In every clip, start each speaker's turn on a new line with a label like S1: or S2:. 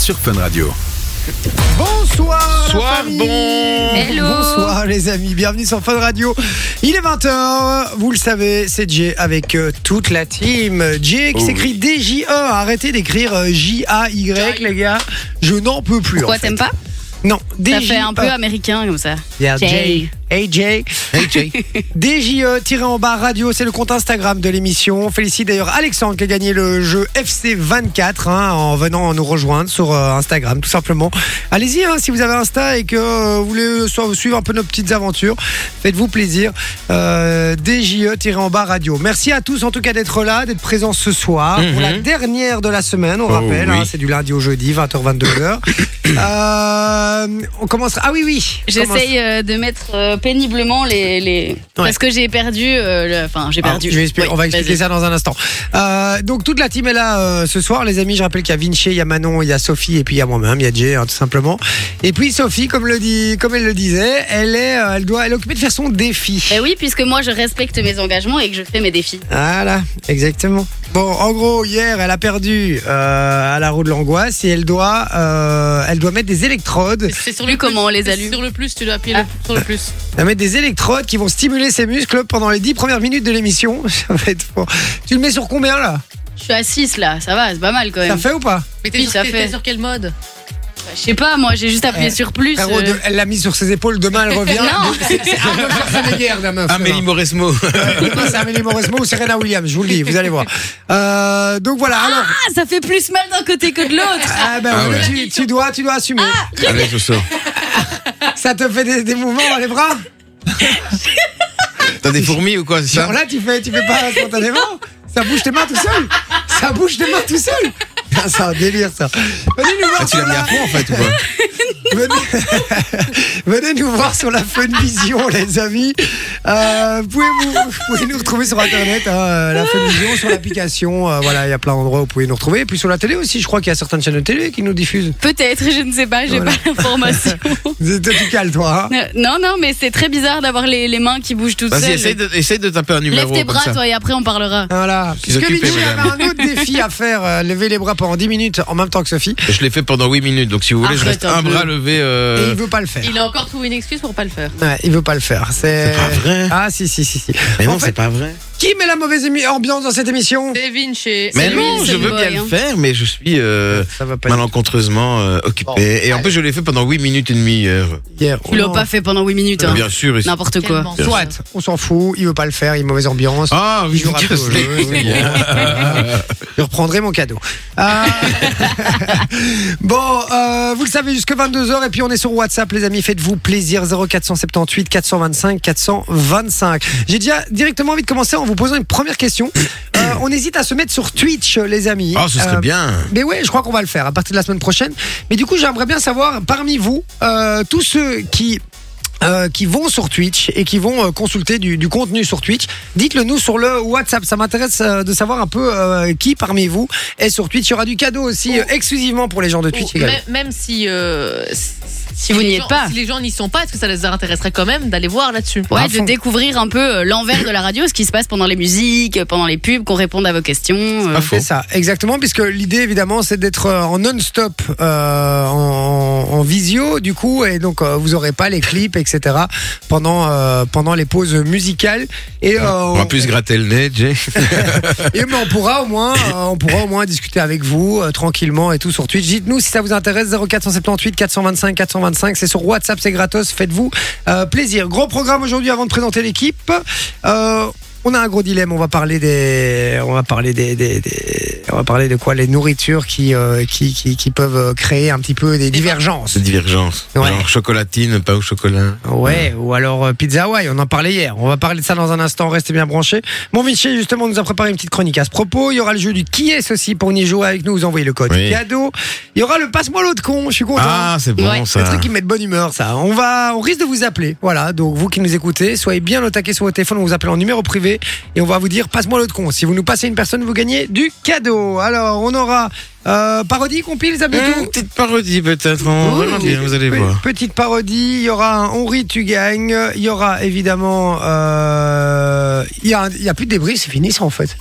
S1: sur Fun Radio.
S2: Bonsoir
S3: Soir
S2: la famille.
S3: bon.
S4: Hello.
S2: Bonsoir les amis, bienvenue sur Fun Radio. Il est 20h, vous le savez, c'est Jay avec euh, toute la team. Jay qui
S3: Oh
S2: s'écrit DJE, arrêtez d'écrire euh, J-A-Y les gars, je n'en peux plus.
S4: Pourquoi
S2: en fait.
S4: t'aimes pas
S2: Non, E.
S4: Ça
S2: DJE.
S4: fait un peu américain comme ça.
S2: Yeah, Jay.
S4: Jay.
S2: Hey Jay. E DJE-en-bas radio, c'est le compte Instagram de l'émission. On Félicite d'ailleurs Alexandre qui a gagné le jeu FC24 hein, en venant nous rejoindre sur euh, Instagram, tout simplement. Allez-y, hein, si vous avez Insta et que euh, vous voulez euh, so- suivre un peu nos petites aventures, faites-vous plaisir. Euh, DJE-en-bas radio. Merci à tous en tout cas d'être là, d'être présents ce soir pour
S3: Mhm.
S2: la dernière de la semaine, on rappelle.
S3: oui.
S2: hein, c'est du lundi au jeudi, 20h-22h. on commencera. Ah oui, oui. Commence-
S4: J'essaye euh, de mettre euh, péniblement les, les... parce que j'ai perdu. euh, le- Enfin, j'ai
S2: Alors,
S4: perdu.
S2: je vais expliquer-
S4: Oui,
S2: on va
S4: vas-y.
S2: expliquer ça dans un instant. Euh, donc toute la team est là euh, ce soir, les amis. Je rappelle qu'il y a Vinci, il y a Manon, il y a Sophie et puis il y a moi-même, il y a Jay, hein, tout simplement. Et puis Sophie, comme le dit, comme elle le disait, elle est, euh, elle doit, elle est occupée de faire son défi.
S4: Eh oui, puisque moi je respecte mes engagements et que je fais mes défis.
S2: Voilà, exactement. Bon, en gros, hier, elle a perdu euh, à la roue de l'angoisse et elle doit, euh, elle doit mettre des électrodes,
S5: C'est sur
S4: Vu
S5: le plus.
S4: comment on les
S5: C'est
S4: allume. Ah.
S5: Sur le plus, tu dois appuyer le- sur le plus.
S2: elle doit mettre des électrodes qui vont stimuler ses muscles pendant les 10 premières minutes de l'émission. Ça va être fort. Tu le mets sur combien là
S4: Je suis à 6 là, ça va, c'est pas mal quand
S2: Ça
S4: même.
S2: fait ou pas
S5: Mais t'es
S4: Oui,
S5: sur,
S4: ça
S5: t'es-
S4: fait.
S5: t'es sur quel mode
S4: Je sais pas, moi j'ai juste appuyé
S2: Eh,
S4: sur plus.
S2: Frérot,
S4: euh,
S2: de- elle l'a mise sur ses épaules, demain elle revient.
S4: Non.
S2: C'est c'est Arnold Schwarzenegger,
S3: Ah,
S2: la meuf.
S3: Amélie
S2: demain.
S3: Mauresmo.
S2: Demain, c'est Amélie Mauresmo ou Serena Williams, je vous le dis, vous allez voir. Euh, donc voilà, alors.
S4: Ah, ça fait plus mal d'un côté que de l'autre. Ah.
S2: Ah ben,
S3: Ah
S2: oui,
S3: ouais.
S2: tu, tu dois, tu dois assumer.
S3: Allez, je sors.
S2: Ça te fait des, des mouvements dans les bras
S3: Ben. T'as des fourmis ou quoi, c'est ça
S2: Genre là, tu fais, tu fais pas spontanément Ça bouge tes mains tout seul Ça bouge tes mains tout seul Ah, C'est un délire ça. Venez nous voir
S3: Ah, Tu
S2: sur
S3: l'as mis
S2: la-
S3: à fond en fait ou pas
S2: Venez, Venez nous voir sur la Fun Vision, les amis. Euh, pouvez vous, vous pouvez nous retrouver sur Internet, hein, euh, la Fun Vision, sur l'application. euh, voilà, il y a plein d'endroits où vous pouvez nous retrouver. Et puis sur la télé aussi, je crois qu'il y a certaines chaînes de télé qui nous diffusent.
S4: Peut-être, je ne sais pas, j'ai
S2: Voilà.
S4: pas l'information.
S2: Toi, tu cales, toi. hein.
S4: Euh, non, non, mais c'est très bizarre d'avoir les, les mains qui bougent toutes
S3: Vas-y,
S4: seules.
S3: essaye de, essaye de taper un
S4: Lève
S3: numéro.
S4: tes
S3: comme
S4: bras,
S3: ça.
S4: toi, et après on parlera.
S2: Voilà.
S3: Je
S2: Parce
S3: suis
S2: que
S3: occupé,
S2: Vinci
S3: madame.
S2: avait un autre défi à faire, euh, lever les bras pendant 10 minutes en même temps que Sophie.
S3: Je l'ai fait pendant 8 minutes, donc si vous voulez, je
S4: Arrête
S3: reste
S4: un
S3: un
S4: peu.
S3: bras levé.
S2: Et
S3: Euh...
S2: il veut pas le faire.
S5: Il a encore trouvé une excuse pour pas le faire.
S2: Ouais, il veut pas le faire. C'est
S3: C'est pas vrai.
S2: Ah si si si si. En fait,
S3: pas vrai.
S2: qui met la mauvaise émi- ambiance dans cette émission
S5: C'est Vinci.
S3: Mais
S4: lui,
S3: non,
S4: c'est
S3: je
S4: le
S3: veux
S4: boy,
S3: bien le
S4: hein.
S3: faire, mais je suis euh,
S2: Ça va pas
S3: malencontreusement euh, occupé.
S2: Bon,
S3: Et en plus, je l'ai fait pendant 8 minutes et demie hier.
S2: hier. Oh,
S4: Tu l'as pas fait pendant 8 minutes, hein.
S3: Eh Bien sûr. et-
S4: N'importe
S5: Quel
S4: quoi.
S5: mensonge.
S2: Soit, on s'en fout, il veut pas le faire, il y a une mauvaise ambiance.
S3: Ah, oui,
S2: Il jouera
S3: je
S2: plus au
S3: sais.
S2: jeu, c'est bien. Je reprendrai mon cadeau. Euh, bon, euh, vous le savez, jusque 22h, et puis on est sur WhatsApp, les amis. Faites-vous plaisir. 0478 425 425. J'ai déjà directement envie de commencer en vous posant une première question. Euh, on hésite à se mettre sur Twitch, les amis.
S3: Ah, ce serait
S2: Euh,
S3: bien.
S2: mais ouais, je crois qu'on va le faire à partir de la semaine prochaine. Mais du coup, j'aimerais bien savoir parmi vous, euh, tous ceux qui euh, qui vont sur Twitch et qui vont euh, consulter du, du contenu sur Twitch, dites-le nous sur le WhatsApp. Ça m'intéresse euh, de savoir un peu euh, qui parmi vous est sur Twitch. Il y aura du cadeau aussi euh, exclusivement pour les gens de Twitch
S5: Ou
S2: également.
S5: même, même si. euh, si
S4: vous
S5: les
S4: n'y êtes
S5: gens-
S4: pas.
S5: Si les gens n'y sont pas, est-ce que ça les intéresserait quand même d'aller voir là-dessus
S2: Bah, À
S4: Ouais,
S2: fond.
S4: de découvrir un peu euh, l'envers de la radio, ce qui se passe pendant les musiques, euh, pendant les pubs, qu'on réponde à vos questions. euh.
S3: Pas faux.
S2: C'est ça, exactement, puisque l'idée évidemment c'est d'être euh, en non-stop, euh, en, en visio du coup, et donc euh, vous aurez pas les clips, etc. pendant euh, pendant les pauses musicales. Et euh,
S3: On va plus se gratter le nez, Jay.
S2: Et mais on pourra au moins, euh, on pourra au moins discuter avec vous euh, tranquillement et tout sur Twitch. Dites-nous si ça vous intéresse 0478 425 425. C'est sur WhatsApp, c'est gratos. Faites-vous euh, plaisir. Gros programme aujourd'hui avant de présenter l'équipe. Euh, on a un gros dilemme. On va parler des, on va parler des, des- des- on va parler de quoi Les nourritures qui, euh, qui, qui, qui peuvent euh, créer un petit peu des divergences.
S3: C'est divergence.
S2: Ouais.
S3: Genre chocolatine, pas au chocolat.
S2: Ouais, ou alors euh, Pizza Hawaii, on en parlait hier. On va parler de ça dans un instant, restez bien branchés. Mon Vinci, justement, nous a préparé une petite chronique à ce propos. Il y aura le jeu du qui est ceci pour y jouer avec nous, vous envoyez le code
S3: Oui.
S2: cadeau. Il y aura le passe-moi l'autre con, je suis content.
S3: Ah, c'est bon
S4: Ouais.
S2: C'est un
S3: ça.
S2: truc qui me met de bonne humeur, ça. On va, on risque de vous appeler. Voilà. Donc, vous qui nous écoutez, soyez bien au taquet sur votre téléphone. On vous appelle en numéro privé et on va vous dire, passe-moi l'autre con. Si vous nous passez une personne, vous gagnez du cadeau. Alors, on aura, euh, parodie, compile, les
S3: Une petite parodie peut-être. On va
S2: Ouh.
S3: l'en dire, vous allez
S2: Mmh. Pe-
S3: voir.
S2: Petite parodie, il y aura un On rit, tu gagnes. Il y aura évidemment. euh, Il y a, un- il y a plus de débris, c'est fini ça en fait.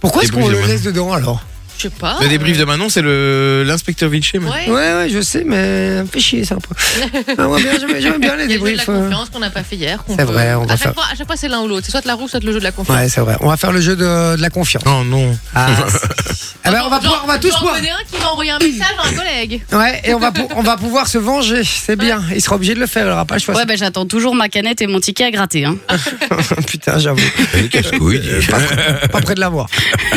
S2: Pourquoi est-ce
S3: Débris,
S2: qu'on le
S3: ouais.
S2: laisse dedans alors
S4: Je
S5: Je sais pas.
S3: Le débrief de Manon, c'est le- l'inspecteur Vinci. maintenant.
S5: Ouais.
S2: Ah. Ouais, ouais, je sais, mais ça me fait chier ça un peu. Ah, moi, bien, j'aime, j'aime bien les
S5: Il y a le jeu de la
S2: débriefs. euh.
S5: confiance qu'on n'a pas fait hier. qu'on
S2: C'est
S5: peut-
S2: vrai, on va
S5: à chaque,
S2: faire-
S5: fois, à chaque fois, c'est l'un ou l'autre. C'est soit la roue, soit le jeu de la confiance.
S2: Ouais, c'est vrai. On va faire le jeu de, de la confiance.
S3: Oh non.
S2: Ah, si. Ah ben, on va
S5: Genre-
S2: pouvoir, on va tous
S5: genre,
S2: pouvoir.
S5: connais un qui va envoyer un message à un collègue.
S2: Ouais, et on va, pou- on va pouvoir se venger. C'est bien. Il sera obligé de le faire, le rapage.
S4: Ouais, bah, j'attends toujours ma canette et mon ticket à gratter. Hein.
S2: Putain, j'avoue.
S3: Eh, casse-couille.
S2: Pas près, pas près de l'avoir.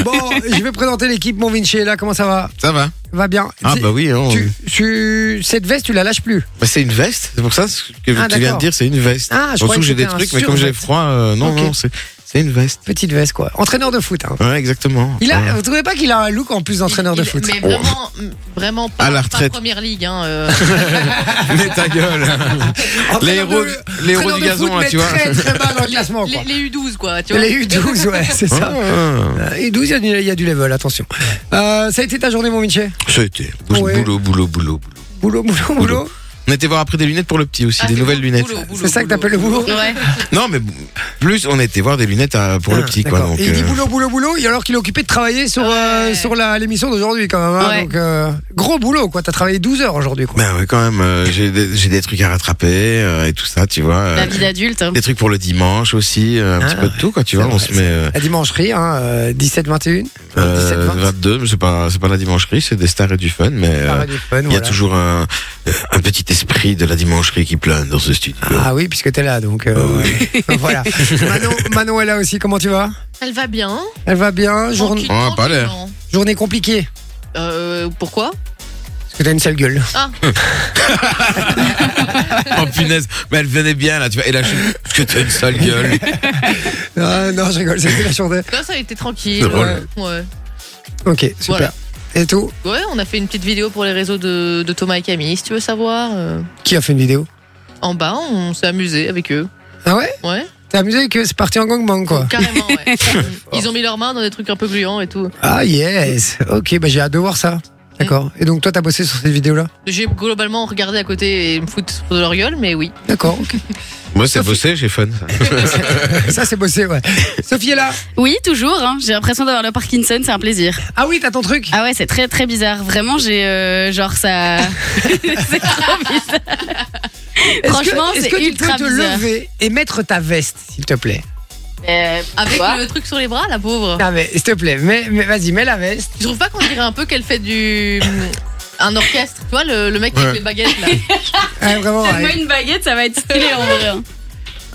S2: Bon, je vais présenter l'équipe. Mon Vinci est là. Comment ça va
S3: Ça va.
S2: Va bien.
S3: Ah
S2: Tu-
S3: bah oui. hein.
S2: tu- tu- cette veste, tu la lâches plus.
S3: Bah, c'est une veste. C'est pour ça ce que
S2: Ah,
S3: tu viens
S2: d'accord.
S3: de dire, c'est une veste.
S2: Ah, je
S3: Surtout
S2: croyais
S3: que
S2: que
S3: j'ai des
S2: c'était un
S3: trucs, mais comme j'ai
S2: survêt.
S3: froid, euh, non,
S2: Ok.
S3: non, c'est c'est une veste.
S2: Petite veste, quoi. Entraîneur de foot. hein.
S3: Ouais, exactement.
S2: Il
S3: Ouais.
S2: a, vous trouvez pas qu'il a un look en plus d'entraîneur de
S5: Il- il-
S2: foot Oh.
S5: Mais vraiment, vraiment pas,
S3: À la
S5: pas
S3: retraite.
S5: première ligue. Hein, euh.
S3: Mais ta gueule. les
S2: Entraîneur
S3: héros,
S2: de-
S3: les héros
S2: entraîneur
S3: du
S2: de
S3: gazon,
S2: foot,
S3: là,
S2: mais
S3: tu vois.
S2: Très, très bas dans le classement, quoi.
S5: les, les U12, quoi. Tu vois.
S2: Les U12, ouais, c'est ça. Et 12, il y a du- il y, a du level, attention. Euh, ça a été ta journée, mon Vinci
S3: C'était
S2: Ouais.
S3: boulot, boulot, boulot, boulot.
S2: Boulot, boulot, boulot.
S3: On était voir après des lunettes pour le petit aussi,
S5: Ah,
S3: des
S5: c'est
S3: nouvelles
S5: bon,
S3: lunettes.
S5: boulot, boulot,
S2: C'est ça que t'appelles le boulot
S4: Ouais.
S3: Non, mais b- plus on était voir des lunettes euh, pour le
S2: Ah,
S3: petit, quoi.
S2: d'accord.
S3: Donc,
S2: Et il dit
S3: euh,
S2: boulot, boulot, boulot, et alors qu'il est occupé de travailler sur,
S5: Ouais.
S2: euh, sur la- l'émission d'aujourd'hui, quand même. hein.
S4: Ouais.
S2: Donc, euh, gros boulot, quoi. T'as travaillé 12 heures aujourd'hui, quoi.
S3: Ben ouais, quand même, euh, j'ai des, j'ai des trucs à rattraper euh, et tout ça, tu vois. euh,
S4: La vie d'adulte. hein.
S3: des trucs pour le dimanche aussi, euh, un
S2: Ah,
S3: petit peu de tout, quoi, tu
S2: c'est
S3: vois. On
S2: vrai,
S3: se met euh,
S2: La dimancherie, hein, 17-21.
S3: euh,
S2: 17-20.
S3: 22, mais c'est pas, c'est pas la dimancherie, c'est des stars et du fun, mais euh,
S2: Ah, du fun,
S3: il y a
S2: voilà.
S3: toujours un, un petit esprit de la dimancherie qui plane dans ce studio.
S2: Ah oui, puisque t'es là, donc euh, voilà. Manon, Manon est là aussi, comment tu vas
S5: Elle va bien.
S2: Elle va bien, jour-
S5: Tranquille,
S3: Ah, pas l'air.
S5: tranquillement.
S2: journée compliquée,
S5: Euh, pourquoi
S2: parce que t'as une sale gueule.
S3: Oh punaise, mais elle venait bien là, tu vois. Et là, je parce que t'as une sale gueule.
S2: Ah, non, je rigole, c'était la journée.
S5: Là, ça a été tranquille.
S3: C'est drôle.
S5: Ouais. ouais.
S2: Ok, super.
S5: Voilà.
S2: Et tout
S5: Ouais, on a fait une petite vidéo pour les réseaux de, de Thomas et Camille, si tu veux savoir. euh.
S2: Qui a fait une vidéo
S5: en bas, on s'est amusé avec eux.
S2: Ah ouais
S5: Ouais.
S2: T'es amusé que c'est parti en gangbang, quoi.
S5: Carrément, ouais. Ils ont mis leurs mains dans des trucs un peu gluants et tout.
S2: Ah yes Ok, bah j'ai hâte de voir ça. D'accord. Et donc toi, t'as bossé sur cette vidéo-là
S5: J'ai globalement regardé à côté et me foutre de leur gueule, mais oui.
S2: D'accord. ok.
S3: Moi, c'est bossé, j'ai fun.
S2: ça, c'est bossé, ouais. Sophie est là
S4: Oui, toujours. hein. J'ai l'impression d'avoir le Parkinson, c'est un plaisir.
S2: Ah oui, t'as ton truc
S4: Ah ouais, c'est très très bizarre. Vraiment, j'ai euh, genre ça. c'est trop bizarre.
S2: Est-ce que-
S4: Franchement,
S2: est-ce
S4: c'est
S2: que tu
S4: ultra
S2: peux te
S4: bizarre.
S2: lever et mettre ta veste, s'il te plaît
S4: Euh,
S5: Avec
S4: quoi
S5: le truc sur les bras, la
S4: Oh.
S5: pauvre.
S2: Ah mais, s'il te plaît, mais, mais vas-y, mets la veste.
S5: Tu trouves pas qu'on dirait un peu qu'elle fait du. mm, un orchestre Tu vois, le, le mec
S3: Ouais.
S5: avec les baguettes, là.
S2: Ah, vraiment,
S4: Euh, Moi,
S2: ouais.
S4: une baguette, ça va être stylé en vrai. hein.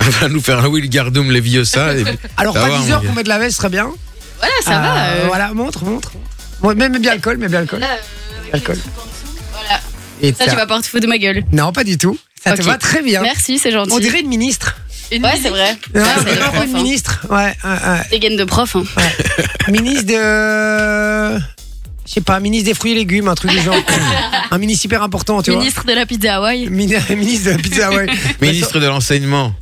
S3: Elle va nous faire un Will Gardum Leviosa. Et... puis-
S2: Alors,
S3: Ça
S2: pas
S3: va,
S2: 10
S3: mon
S2: heures
S3: gars.
S2: qu'on mette la veste, très bien.
S4: Voilà, ça va.
S2: Ah,
S4: euh,
S2: Voilà, montre, montre. Bon, mais, mais bien le col, mais bien le col.
S4: là, euh, avec
S2: Alcool.
S4: le truc en dessous, voilà.
S2: Et
S4: Ça,
S2: t'as-
S4: tu vas pas te foutre de ma gueule.
S2: Non, pas du tout. Ça te
S4: Ok.
S2: va très bien.
S4: Merci, c'est gentil.
S2: On dirait une ministre.
S5: Une
S4: Ouais,
S5: musique.
S4: c'est vrai.
S2: Ouais,
S4: Ah, c'est
S2: vraiment
S4: les profs,
S2: une
S4: hein.
S2: ministre. Ouais, ouais, ouais.
S4: Des gaines de prof. hein.
S2: ministre de. Je sais pas, ministre des fruits et légumes, un truc du genre. un ministre hyper important, tu
S4: Ministre de la pizza Hawaii.
S2: vois. Mini- ministre de la pizza, ouais.
S3: Ministre de l'enseignement.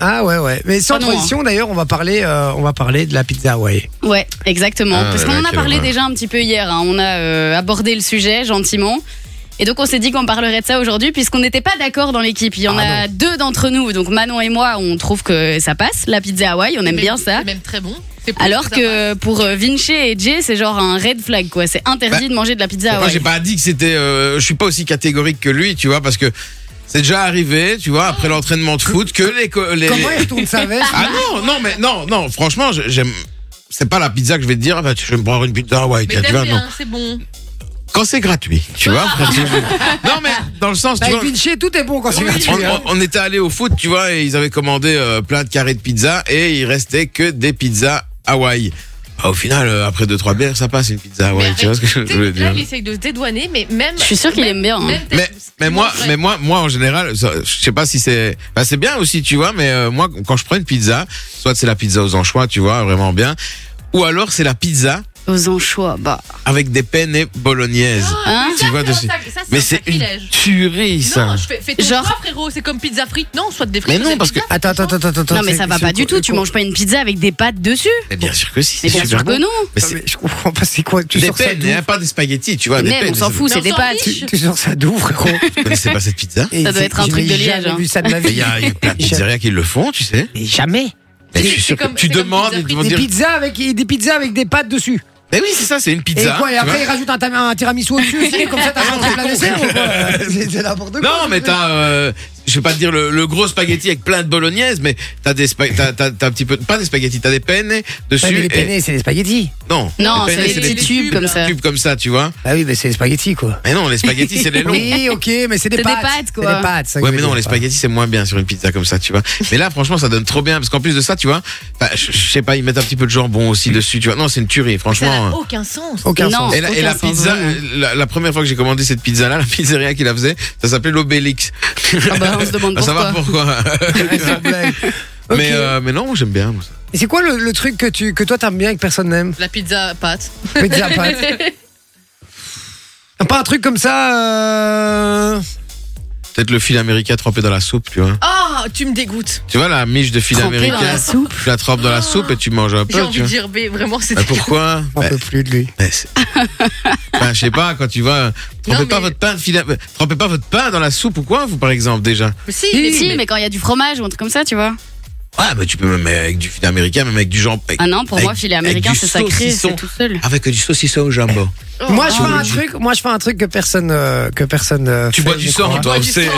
S2: Ah ouais, ouais. Mais sans
S4: Pas non, hein.
S2: transition, d'ailleurs, on va parler, euh, on va parler de la pizza, ouais.
S4: Ouais, exactement.
S3: Ah,
S4: Parce
S3: là,
S4: qu'on en a
S3: quelle
S4: parlé
S3: horreur.
S4: déjà un petit peu hier. hein. On a euh, abordé le sujet gentiment. Et donc on s'est dit qu'on parlerait de ça aujourd'hui puisqu'on n'était pas d'accord dans l'équipe. Il y en
S2: Ah,
S4: a deux d'entre nous, donc Manon et moi, on trouve que ça passe. La pizza Hawaii, on aime
S5: Mais
S4: bien ça.
S5: C'est même très bon. C'est plus
S4: Alors
S5: ça
S4: que pour euh, Vinci et Jay, c'est genre un red flag quoi. C'est interdit de manger de la
S5: Ah
S4: pizza
S3: Bah, Moi, j'ai pas
S4: Hawaii.
S3: dit que c'était. euh, je suis pas aussi catégorique que lui, tu vois, parce que c'est déjà arrivé, tu vois,
S5: Oh.
S3: après l'entraînement de foot, que les. co- les-
S2: Comment il retourne sa veste
S3: Ah non, non, mais non, non, franchement, je- j'aime. C'est pas la pizza que je vais te dire, ah bah, tu- je vais me prendre une pizza Hawaii,
S5: Mais
S3: tu vois,
S5: t'aimes
S3: non.
S5: bien, c'est bon.
S3: Quand c'est gratuit, tu vois. après, tu- non, mais dans le sens, tu
S2: Bah,
S3: vois.
S2: Avec Vinci, tout est bon quand c'est gratuit.
S3: On,
S2: hein.
S3: on- on était allé au foot, tu vois, et ils avaient commandé euh, plein de carrés de pizza et il restait que des pizzas Hawaï. Bah, au final, euh, après deux trois bières, ça passe une pizza
S5: Mais
S3: Hawaï.
S5: arrête,
S3: Tu vois ce que je
S5: tu sais,
S3: veux
S5: là,
S3: dire
S5: il essaye de se dédouaner, mais même.
S4: Je suis sûre qu'il aime bien. hein.
S5: même-
S3: mais, mais moi,
S5: Ouais.
S3: mais moi, moi en général, ça, je sais pas si c'est, bah, c'est bien aussi, tu vois. Mais euh, moi, quand je prends une pizza, soit c'est la pizza aux anchois, tu vois, vraiment bien, ou alors c'est la pizza
S4: Aux anchois, bah.
S3: avec des penne et bolognaise.
S4: Hein
S3: tu vois dessus.
S5: Oh, Ça, ça,
S3: Mais
S5: un
S3: c'est une
S5: Ah, sacrilège.
S3: tuerie, ça.
S5: Non, je fais, fais ton
S4: Genre-
S5: choix, frérot, c'est comme pizza frite. Non, soit des frites.
S3: Mais
S5: soit
S3: non,
S5: des
S3: parce que-
S5: pizzas.
S2: Attends, attends, attends, attends.
S4: Non, mais
S2: c'est-
S4: ça va
S2: c'est-
S4: pas du tout. Tu manges pas une pizza avec des pâtes dessus.
S3: Mais bien sûr que si,
S4: Mais
S3: c'est
S4: bien
S3: super
S4: sûr que
S3: bon.
S4: non.
S3: Mais
S2: Attends,
S3: c'est
S2: mais je comprends pas, c'est quoi Tu
S3: des
S2: sors ça
S3: peines,
S4: hein.
S2: d'où
S3: pas des spaghettis, tu vois.
S4: Mais
S3: des peines,
S4: on s'en
S3: ça-
S4: fout,
S5: Mais
S4: c'est
S5: on
S4: des
S5: s'en
S4: pâtes.
S5: fiche.
S2: Tu- Tu sors ça d'où, frérot
S3: Vous connaissez pas cette pizza
S2: Et
S4: Ça doit
S2: c'est-
S4: être un
S2: j'ai
S4: truc de
S2: jamais
S4: Liège, hein.
S2: vu ça de ma
S3: Mais il
S2: vie.
S3: y a, il y a plein de
S2: J'ai-
S3: pizzerias qui le font, tu sais.
S2: Mais Jamais.
S3: Mais je
S5: C'est
S3: suis sûr que
S5: comme-
S3: tu
S5: c'est comme
S3: demandes,
S5: pizza
S3: ils te vont
S5: frite.
S2: Des
S3: dire.
S2: pizzas avec des pizzas avec des pâtes dessus.
S3: Mais oui, c'est ça, c'est une
S2: Et
S3: pizza.
S2: quoi, et
S3: tu vois.
S2: après, il rajoute un, tam- un tiramisu au-dessus aussi, comme ça, t'as rentré plein d'essais ou quoi C'est c'est n'importe quoi.
S3: Non, mais t'as, euh, je vais pas te dire le, le gros spaghetti avec plein de bolognaise, mais t'as des spa- t'as, t'as- t'as un petit peu, pas des spaghettis, t'as des penne dessus.
S2: Ouais, mais les
S3: et-
S2: penne, c'est des spaghettis.
S3: non,
S4: Non,
S3: les
S4: c'est
S3: penne,
S4: des petits tubes comme ça.
S3: tubes comme ça, tu vois.
S2: Bah oui, mais c'est des spaghettis, quoi.
S3: Mais non, les spaghettis, c'est les longs.
S2: Oui, ok, mais c'est des
S4: C'est des
S2: pâtes.
S4: pâtes, quoi.
S2: C'est des pâtes, ça que
S3: Ouais, mais
S2: je veux
S3: non,
S2: dire,
S3: les
S2: pas.
S3: spaghettis, c'est moins bien sur une pizza comme ça, tu vois. Mais là, franchement, ça donne trop bien, parce qu'en plus de ça, tu vois, enfin, je je sais pas, ils mettent un petit peu de jambon aussi dessus, tu vois. Non, c'est une tuerie,
S5: Ça
S3: franchement. euh. oh.
S5: n'a aucun sens.
S2: Aucun
S4: Non.
S2: sens.
S3: Et la, et la
S4: Aucun sens,
S3: pizza, euh,
S4: vraiment.
S3: la, la première fois que j'ai commandé cette pizza-là, la pizzeria qui la faisait, ça s'appelait l'Obélix.
S4: Ah bah, on se demande
S3: À
S4: pourquoi.
S3: savoir pourquoi.
S2: Sans blague. Ok.
S3: mais, euh, mais non, j'aime bien. moi, ça.
S2: Et c'est quoi le, le truc que, tu, que toi t'aimes bien et que personne n'aime
S5: La pizza pâte.
S2: Pizza pâte. Pas un truc comme ça. euh,
S3: Peut-être le fil américain trempé dans la soupe, tu vois.
S5: Ah, tu me dégoûtes.
S3: Tu vois la miche de fil
S4: Trempé dans
S3: américain,
S4: la soupe.
S3: tu la trempes dans la soupe et tu manges un
S5: J'ai
S3: peu,
S5: envie
S3: Oh, tu
S5: de
S3: vois.
S5: dire B, vraiment, c'est
S3: Bah, pourquoi
S2: On
S3: Bah,
S2: peut plus de lui.
S3: bah, c'est- Enfin, je sais pas, quand tu vas, trempez
S5: Non,
S3: pas
S5: mais-
S3: votre pain de fil, am- euh, trempez pas votre pain dans la soupe ou quoi, vous par exemple déjà.
S5: Si,
S4: Mais si, mais quand il y a du fromage ou un truc comme ça, tu vois.
S3: Ah, mais tu peux même avec du fil américain, même avec du jambon, avec,
S4: Ah non, pour
S3: Avec-
S4: moi, filet
S3: avec
S4: américain,
S3: du
S4: c'est sacré,
S3: saucisson.
S4: c'est tout seul.
S3: avec du saucisson au jambon.
S5: Oh,
S2: Moi je
S5: oh.
S2: fais un truc, moi je fais un truc que personne euh, que personne euh,
S3: Tu
S2: fait,
S3: bois du
S2: je
S3: sang,
S2: crois.
S3: toi,
S5: du
S3: c'est.
S5: sang.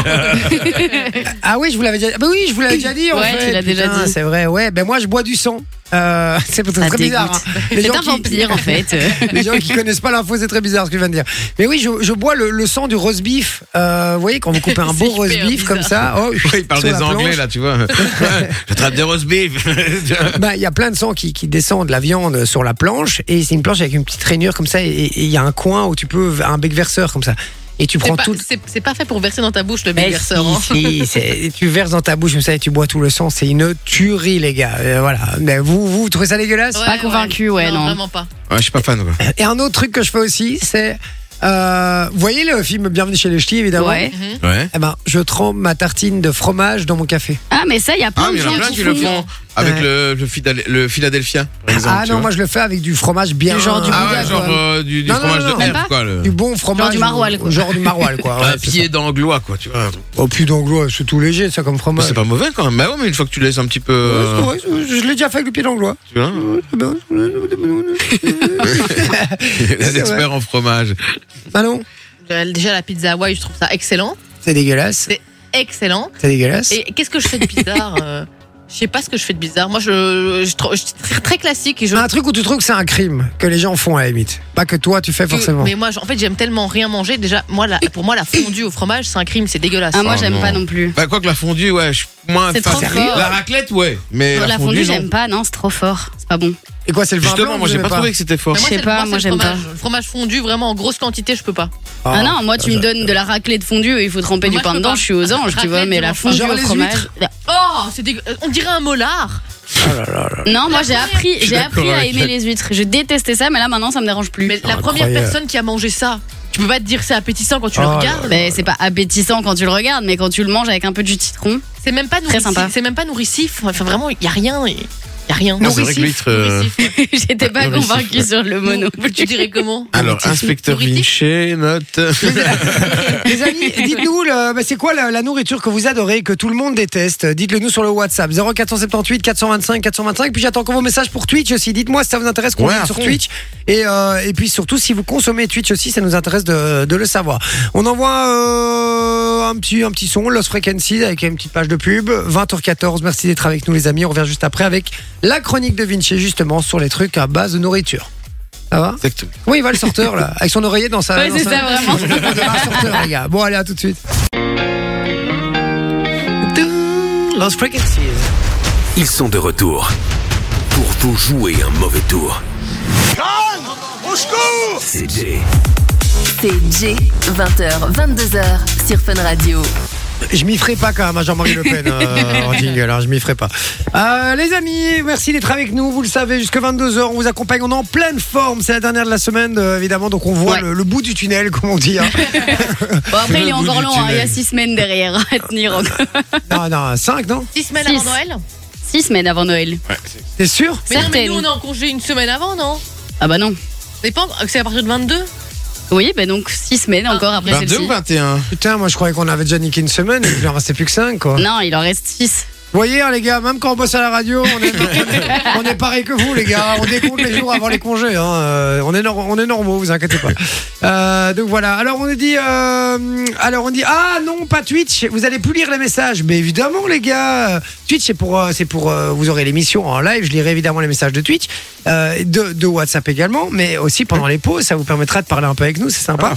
S2: Ah oui, je vous l'avais déjà bah oui, je vous l'avais déjà dit en
S4: Ouais,
S2: fait.
S4: tu l'as déjà
S2: Putain,
S4: dit.
S2: c'est vrai. Ouais, ben moi je bois du sang. Euh, c'est
S4: Ça
S2: très bizarre.
S4: dégoûte.
S2: hein. Les
S4: C'est
S2: gens
S4: un
S2: qui-
S4: vampire, en fait.
S2: Les gens qui connaissent pas l'info, c'est très bizarre ce que je viens de dire. Mais oui, je, je bois le, le sang du roast beef. Euh, vous voyez, quand vous coupez un
S5: C'est
S2: beau
S5: hyper
S2: roast beef
S5: bizarre.
S2: comme ça, oh,
S3: Ouais, il parle
S2: sur
S3: des
S2: la planche,
S3: anglais là, tu vois. Ouais, Je traite des roast beef. Tu vois.
S2: bah, il y a plein de sang qui, qui descend de la viande sur la planche et c'est une planche avec une petite rainure comme ça et et il y a un coin où tu peux un bec verseur comme ça et tu
S5: C'est
S2: prends
S5: pas,
S2: tout.
S5: c'est- c'est pas fait pour verser dans ta
S4: Eh,
S5: bouche le
S2: Mais
S5: big verseur. hein.
S2: si, si, c'est- et tu verses dans ta bouche comme ça et tu bois tout le sang, c'est une tuerie les gars. Euh, voilà. Mais vous, vous trouvez ça dégueulasse
S4: Pas convaincu, ouais, non.
S5: Vraiment pas.
S3: Ouais, je suis pas fan quoi.
S2: Et un autre truc que je fais aussi, c'est euh, vous voyez le film Bienvenue chez les ch'tis évidemment.
S4: Ouais.
S3: Ouais.
S2: Eh ben, je trempe ma tartine de fromage dans mon café.
S4: Ah, mais ça, il y a
S3: Ah,
S4: plein
S3: mais il
S4: de
S3: y en
S4: gens
S3: a plein
S4: qui
S3: qui le
S4: font.
S3: font avec
S2: Ouais.
S3: le, le, Philade- le Philadelphia, par exemple.
S2: ah
S3: tu
S2: non,
S3: vois.
S2: moi je le fais avec du fromage bien.
S4: Du genre du
S3: Ah
S4: Bouddha,
S3: ouais, genre euh, du, du
S2: Non, non,
S3: fromage
S2: non, non.
S3: de
S4: Même
S3: herbe,
S4: pas.
S3: quoi. Le,
S2: Du bon fromage.
S4: du maroilles, quoi.
S2: Genre du maroilles, quoi.
S3: un
S2: Ouais, c'est
S3: pied d'anglois, quoi, tu vois.
S2: ça. Oh, putain d'anglois, c'est tout léger, ça, comme
S3: Mais
S2: fromage.
S3: C'est pas mauvais quand même. Bah ouais, mais une fois que tu laisses un petit peu. euh,
S2: Ouais, c'est vrai, je l'ai déjà fait avec le pied d'anglois.
S3: tu vois. Les experts en fromage.
S2: Ah non,
S5: Euh, Déjà, la pizza Hawaii, je trouve ça excellent.
S2: c'est dégueulasse.
S5: Excellent.
S2: C'est dégueulasse.
S5: Et qu'est-ce que je fais de bizarre euh, Je sais pas ce que je fais de bizarre. Moi, je, je, tro- je suis très- très classique et je.
S3: Ah,
S2: Un truc où tu trouves que c'est un crime que les gens font à la limite. Pas que toi tu fais forcément.
S5: Mais moi, je- en fait, j'aime tellement rien manger. Déjà, moi, la- pour moi, la fondue au fromage, c'est un crime, c'est dégueulasse.
S4: Ah, moi,
S3: Oh,
S4: j'aime
S3: non.
S4: pas non plus.
S3: Bah, quoi que la fondue, ouais, je suis moins
S4: C'est trop
S3: fan.
S4: fort.
S3: La raclette, ouais. Mais
S4: La fondue,
S3: non.
S4: j'aime pas, non, c'est trop fort. C'est pas bon.
S2: Et quoi, c'est le vin
S3: Justement,
S2: blanc,
S3: moi,
S2: vous
S3: j'ai
S2: aimez
S3: pas trouvé que c'était fort.
S5: Mais
S4: Je sais
S5: c'est-
S4: pas,
S5: c'est
S4: moi,
S5: le
S4: j'aime
S5: fromage. Le fromage fondu, vraiment en grosse quantité, je peux pas.
S4: Ah non, moi, tu me donnes de la raclée de fondue et il faut tremper
S5: Moi,
S4: du
S5: je
S4: pain
S5: peux
S4: dedans,
S5: pas.
S4: je suis aux anges, tu
S5: Raclée
S4: vois, mais
S5: de
S4: la
S5: mon-
S4: fondue
S2: Genre
S4: au
S2: les
S4: fromage.
S2: huîtres.
S5: Oh, c'est dégueu- On dirait un molar.
S4: Non, moi, j'ai appris,
S3: suis
S4: j'ai
S3: d'accord
S4: appris à
S3: avec
S4: aimer les huîtres. Je détestais ça, mais là, maintenant, ça me dérange plus.
S5: Mais la
S2: incroyable.
S5: première personne qui a mangé ça, tu peux pas te dire c'est appétissant quand tu le
S2: Oh là
S5: regardes.
S4: Mais c'est pas appétissant quand tu le regardes, mais quand tu le manges avec un peu du citron.
S5: C'est même pas
S4: Très
S5: nourrissif.
S4: sympa.
S5: C'est même pas nourrissif. Enfin, vraiment, il y a rien. Il y a rien.
S3: Ah, c'est vrai que l'huître, euh,
S5: Nourrissif.
S4: J'étais pas
S3: Non, mais c'est
S4: convaincue sur le mono.
S5: Tu dirais comment
S3: Alors,
S5: Nourritif.
S3: inspecteur
S5: Nourritif.
S3: Vinci, note.
S2: Les amis, dites-nous, le- bah, c'est quoi la, la nourriture que vous adorez, que tout le monde déteste Dites-le nous sur le WhatsApp 0478 425 425. Puis j'attends encore vos messages pour Twitch aussi. Dites-moi si ça vous intéresse qu'on
S3: Ouais,
S2: vienne
S3: à
S2: sur
S3: fond.
S2: Twitch. Et, euh, et puis surtout, si vous consommez Twitch aussi, ça nous intéresse de, de le savoir. On envoie euh, un, petit, un petit son, Lost Frequencies, avec une petite page de pub. 20h14, merci d'être avec nous les amis. On revient juste après avec la chronique de Vinci, justement, sur les trucs à base de nourriture. Ça va
S3: Exactement.
S2: Oui, il va le sorteur, là, avec son oreiller dans sa...
S4: Ouais,
S2: dans
S4: c'est
S2: sa-
S4: ça, vraiment.
S2: on verra un sorteur, les gars. Bon, allez, à tout de suite. Lost Frequencies.
S1: Ils sont de retour pour vous jouer un mauvais tour. C'est Jay.
S6: C'est J, 20h, 22h sur Fun Radio.
S2: Je m'y ferai pas quand même à Jean-Marie Le Pen euh, en jingle, hein, je m'y ferai pas. Euh, les amis, merci d'être avec nous, vous le savez, jusque 22h, on vous accompagne, on est en pleine forme, c'est la dernière de la semaine euh, évidemment, donc on voit
S4: Ouais.
S2: le, le bout du tunnel comme on dit. hein.
S4: Bon, après, il est
S3: Le bout
S4: encore
S3: du
S4: long, hein, il y a
S3: tunnel.
S4: six semaines derrière à tenir encore.
S2: non, non, 5 non
S5: Six semaines
S4: Six.
S5: avant Noël
S4: Six semaines avant Noël.
S2: T'es sûr
S5: Mais non, mais
S4: Certaines.
S5: nous, on est en congé une semaine avant, non
S4: Ah bah non.
S5: C'est pas- C'est à partir de 22
S4: Oui, bah donc six semaines encore après
S3: 22 ou
S4: celle-ci.
S3: 21
S2: Putain, moi je croyais qu'on avait déjà niqué une semaine, et qu'il en restait plus que 5 quoi.
S4: Non, il en reste six.
S2: Vous voyez, hein, les gars, même quand on bosse à la radio, on est, on est pareil que vous, les gars. On décompte les jours avant les congés. hein. Euh, on, est nor- on est normaux, vous inquiétez pas. Euh, donc voilà. Alors on nous dit, euh, alors on dit, ah non, pas Twitch. Vous allez plus lire les messages, mais évidemment, les gars. Twitch, c'est pour, euh, c'est pour, euh, vous aurez l'émission en live. Je lirai évidemment les messages de Twitch, euh, de, de WhatsApp également, mais aussi pendant les pauses, ça vous permettra de parler un peu avec nous. C'est sympa.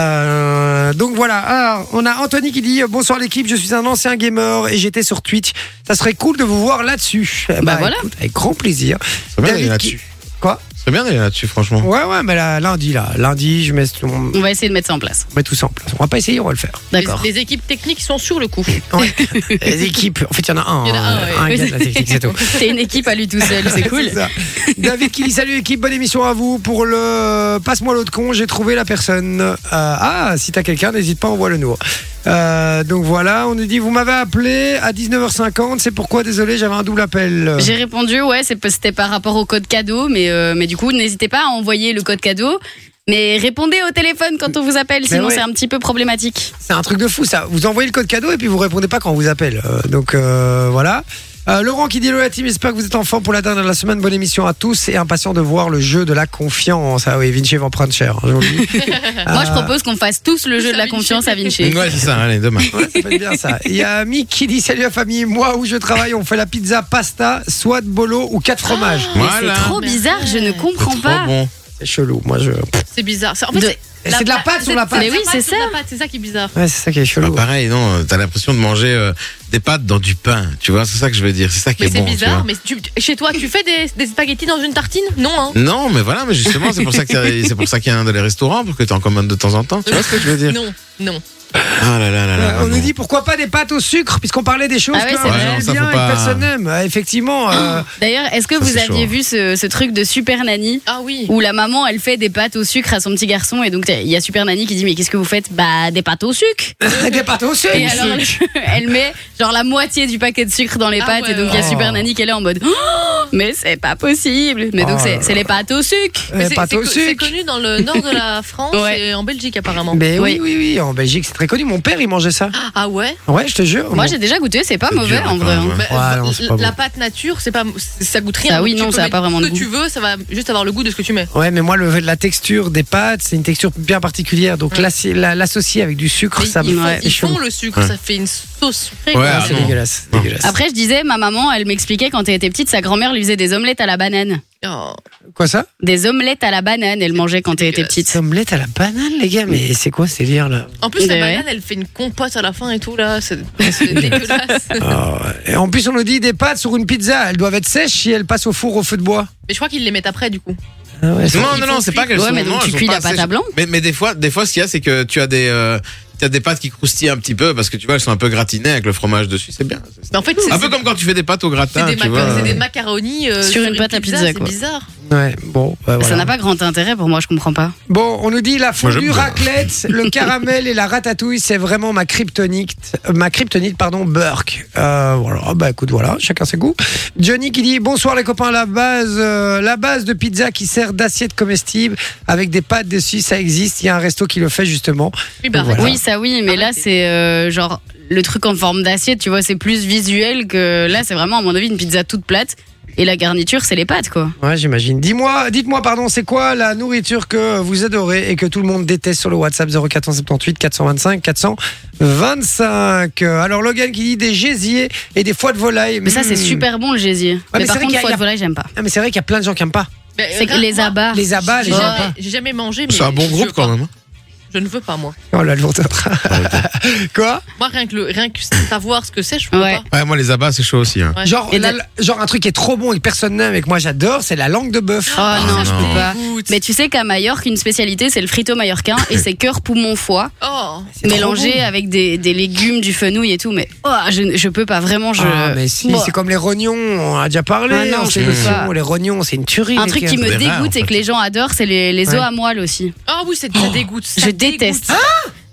S2: Euh, donc voilà, Alors, on a Anthony qui dit euh, Bonsoir l'équipe, je suis un ancien gamer et j'étais sur Twitch. Ça serait cool de vous voir là-dessus. Eh ben,
S4: Bah voilà.
S2: écoute, avec grand plaisir.
S3: C'est bien d'aller
S2: David
S3: là-dessus.
S2: Quoi
S3: C'est bien d'aller là-dessus, franchement.
S2: Ouais, ouais, mais là, lundi, là. Lundi, je mets, on,
S4: On va essayer de mettre ça en place.
S2: met tout ça en place. On va pas essayer, on va le faire.
S4: D'accord.
S5: Les, les équipes techniques sont sur le coup.
S2: Ouais. Les équipes, en fait, il y en a un.
S5: Il y en a un,
S2: hein,
S5: ouais.
S2: gars de la technique, c'est tout.
S4: T'es une équipe à lui tout seul, c'est cool.
S2: C'est ça. David qui dit salut équipe, bonne émission à vous pour le passe-moi l'autre con, j'ai trouvé la personne. Euh, ah, si t'as quelqu'un, n'hésite pas, envoie le nous. Euh, donc voilà, on nous dit vous m'avez appelé à 19h50, c'est pourquoi désolé, j'avais un double appel.
S4: J'ai répondu, ouais, c'est pas- c'était par rapport au code cadeau, mais, euh, mais du coup, n'hésitez pas à envoyer le code cadeau. Mais répondez au téléphone quand on vous appelle, sinon
S2: ouais.
S4: c'est un petit peu problématique.
S2: C'est un truc de fou ça. Vous envoyez le code cadeau et puis vous répondez pas quand on vous appelle. Euh, donc euh, voilà. Euh, Laurent qui dit Hello la team, j'espère que vous êtes en forme pour la dernière de la semaine. Bonne émission à tous et impatient de voir le jeu de la confiance. Ah oui, Vinci va en prendre cher. hein, je vous le dis.
S4: Moi, je propose qu'on fasse tous le jeu de la
S5: Vinci.
S4: confiance à Vinci.
S3: Ouais, c'est ça, allez, demain.
S2: Ouais, ça peut être bien ça. Il y a Mick qui dit Salut la famille, moi où je travaille, on fait la pizza pasta, soit de bolo ou quatre fromages.
S4: Mais
S3: Voilà.
S4: C'est trop bizarre, je ne comprends
S3: Trop
S4: pas.
S3: bon.
S2: C'est chelou, moi je.
S5: C'est bizarre. C'est- En fait,
S4: De-
S5: c'est
S2: C'est de la pâte sur la pâte.
S4: Mais oui, c'est
S5: sur de
S4: ça.
S5: la pâte, C'est ça qui est bizarre.
S2: Ouais, c'est ça qui est
S3: Bah,
S2: chelou.
S3: pareil, non, euh, t'as l'impression de manger euh, des pâtes dans du pain, tu vois, c'est ça que je veux dire, c'est ça qui
S5: Mais
S3: est
S5: c'est
S3: bon. tu vois.
S5: bizarre. Mais tu- tu- chez toi, tu fais des, des spaghettis dans une tartine Non, hein
S3: Non, mais voilà, mais justement, c'est pour ça que t'as- c'est pour ça qu'il y a un dans les restaurants pour que tu en commandes de temps en temps. Tu vois ce que je veux dire
S5: Non, non.
S3: Ah là là là là.
S2: Euh, on
S3: non.
S2: nous dit pourquoi pas des pâtes au sucre, puisqu'on parlait des choses
S4: Ah ouais,
S2: que
S4: c'est
S2: on
S4: vrai.
S2: aime
S3: Ouais, non, ça,
S2: bien
S3: faut
S2: et que
S3: pas-
S2: personne n'aime. Euh, Effectivement. euh,
S4: D'ailleurs, est-ce que
S3: Ça,
S4: vous
S3: c'est
S4: aviez
S3: chaud,
S4: vu ce, ce truc de Super Nanny
S5: Ah oui.
S4: où la maman, elle fait des pâtes au sucre à son petit garçon et donc il y a Super Nanny qui dit mais qu'est-ce que vous faites Bah des pâtes au sucre.
S2: des pâtes au sucre.
S4: Et alors elle, elle met genre la moitié du paquet de sucre dans les
S5: Ah
S4: pâtes et
S5: ouais,
S4: donc il y a
S2: ouais.
S4: Super Nanny qui est là en mode Oh, mais c'est pas possible. Mais donc
S2: Oh
S4: c'est
S2: là
S4: c'est les pâtes au sucre.
S2: Euh,
S5: Mais c'est-
S2: pâte
S5: c'est
S2: au
S5: co-
S2: sucre.
S5: C'est connu dans le nord de la France
S4: Ouais. Ben
S5: et en Belgique apparemment.
S2: Mais Ben oui,
S4: Oui.
S2: oui, oui, en Belgique c'est très connu. Mon père il mangeait ça.
S5: Ah ouais
S2: Ouais, je te jure.
S4: Moi
S2: Mon-
S4: j'ai déjà goûté, c'est pas
S3: C'est
S4: mauvais
S3: dur,
S4: en
S3: quand
S4: vrai.
S3: même,
S4: hein.
S3: hein.
S5: Bah,
S2: Ouais, non,
S5: euh,
S2: c'est pas
S5: la pâte nature, c'est pas, ça goûte rien.
S4: Ah oui,
S5: Tu
S4: non,
S5: peux
S4: ça a
S5: mettre
S4: pas vraiment de
S5: Ce que
S4: goût.
S5: tu veux, ça va juste avoir le goût de ce que tu mets.
S2: Ouais, mais moi le, la texture des pâtes c'est une texture bien particulière. Donc l'assi- la- l'associer avec du sucre,
S5: Mais
S2: ça
S5: ils,
S2: me
S5: font-
S2: ouais,
S5: ils
S2: c'est chelou.
S5: font le sucre,
S3: Ouais.
S5: ça fait une sauce sucrée.
S3: Ouais,
S5: quoi.
S2: Ouais,
S3: Ah,
S2: c'est
S3: non.
S2: dégueulasse.
S3: Non.
S2: dégueulasse.
S4: Après je disais ma maman, elle m'expliquait quand elle était petite, sa grand-mère lui faisait des omelettes à la banane.
S5: Oh.
S2: Quoi ça
S4: Des omelettes à la banane, elle mangeait quand elle était petite.
S2: Cette omelette à la banane, les gars, mais c'est quoi ces liens là
S5: En plus,
S4: Ouais.
S5: la banane, elle fait une compote à la fin et tout, là. C'est c'est dégueulasse. Mais
S2: Et En plus, on nous dit des pâtes sur une pizza, elles doivent être sèches si elles passent au four au feu de bois.
S5: je crois qu'ils les mettent après, du coup.
S2: Ah ouais, ça-
S3: Non, non, non, c'est pas qu'elles
S4: Ouais,
S3: sont-
S4: mais donc
S3: non,
S4: tu
S3: elles sont
S4: cuis
S3: pas
S4: la pâte
S3: sèches.
S4: à blanc.
S3: Mais, mais des fois, des fois, ce qu'il y a, c'est que tu as des, euh, t'as des pâtes qui croustillent un petit peu parce que tu vois, elles sont un peu gratinées avec le fromage dessus, c'est bien. C'est-
S5: Mais en fait, c'est
S3: Un peu
S5: c'est-
S3: comme quand tu fais des pâtes au
S5: c'est
S3: gratin,
S5: des,
S3: tu
S5: maca-
S3: vois.
S5: c'est des macaronis euh,
S4: Sur une pâte à pizza,
S5: C'est
S4: quoi.
S5: bizarre.
S2: Ouais, bon, bah, voilà.
S4: Ça n'a pas grand intérêt pour moi, je comprends pas.
S2: Bon, on nous dit la
S3: Moi, j'aime
S2: fondue
S3: bien.
S2: raclette, le caramel et la ratatouille, c'est vraiment ma kryptonite, euh, ma kryptonite, pardon, Burke. Euh, voilà, bah écoute, voilà, chacun ses goûts. Johnny qui dit bonsoir les copains, la base, euh, la base de pizza qui sert d'assiette comestible avec des pâtes dessus, ça existe. Il y a un resto qui le fait justement.
S5: Oui, bah,
S2: Voilà.
S4: Oui, ça oui, mais là
S5: Arrêtez.
S4: c'est euh, genre le truc en forme d'assiette, tu vois, c'est plus visuel que là c'est vraiment à mon avis une pizza toute plate et la garniture c'est les pâtes quoi.
S2: Ouais, j'imagine. Dis-moi, dites-moi, pardon, c'est quoi la nourriture que vous adorez et que tout le monde déteste sur le WhatsApp 0478 425 425. Euh, Alors Logan qui dit des gésiers et des foies de volaille.
S4: Mais ça c'est
S2: Hmm.
S4: super bon le gésier. mais,
S2: mais c'est
S4: par
S2: vrai
S4: contre
S2: qu'il y a-
S4: foie
S2: il y
S4: de
S2: a-
S4: volaille j'aime pas.
S2: Ah, mais c'est vrai qu'il y a plein de gens qui aiment pas.
S5: Mais, euh,
S4: C'est que les
S5: moi,
S4: abats.
S2: Les abats, les
S5: j'ai
S4: Oh.
S2: gens.
S5: jamais- J'ai jamais mangé.
S3: C'est
S5: mais
S3: un bon
S5: je veux
S3: groupe
S5: pas.
S3: quand même. hein.
S5: Je ne veux pas, moi.
S2: Oh la lourdeur. Quoi
S5: Moi, rien que, le, rien que savoir ce que c'est, je peux
S4: Ouais.
S5: pas.
S3: Ouais, moi, les abats, c'est chaud aussi. hein.
S5: Ouais.
S2: Genre,
S4: Et
S2: la-
S4: de-
S2: genre un truc qui est trop bon et que personne n'aime et que moi j'adore, c'est la langue de bœuf.
S4: Oh, non, je
S3: non.
S4: peux pas.
S5: Écoute.
S4: Mais tu sais qu'à Majorque une spécialité c'est le frito mallorquin et c'est cœur poumon foie
S5: Oh.
S2: C'est trop
S4: mélangé
S2: bon.
S4: avec des, des légumes du fenouil et tout mais oh, je, je peux pas vraiment je
S2: Ah, mais si,
S4: Bon.
S2: c'est comme les rognons, on a déjà parlé.
S4: Ah non,
S2: hein,
S4: je
S2: c'est
S4: peux
S2: le
S4: pas.
S2: son, les rognons, c'est une tuerie.
S4: un
S2: les
S4: truc
S2: gars.
S4: qui me
S3: C'est rare,
S4: dégoûte
S3: en
S4: et que
S3: fait.
S4: les gens adorent, c'est les, les os
S2: Ouais.
S4: à moelle aussi.
S5: Oh oui, c'est- ça dégoûte. ça
S4: je
S5: dégoûte.
S4: déteste.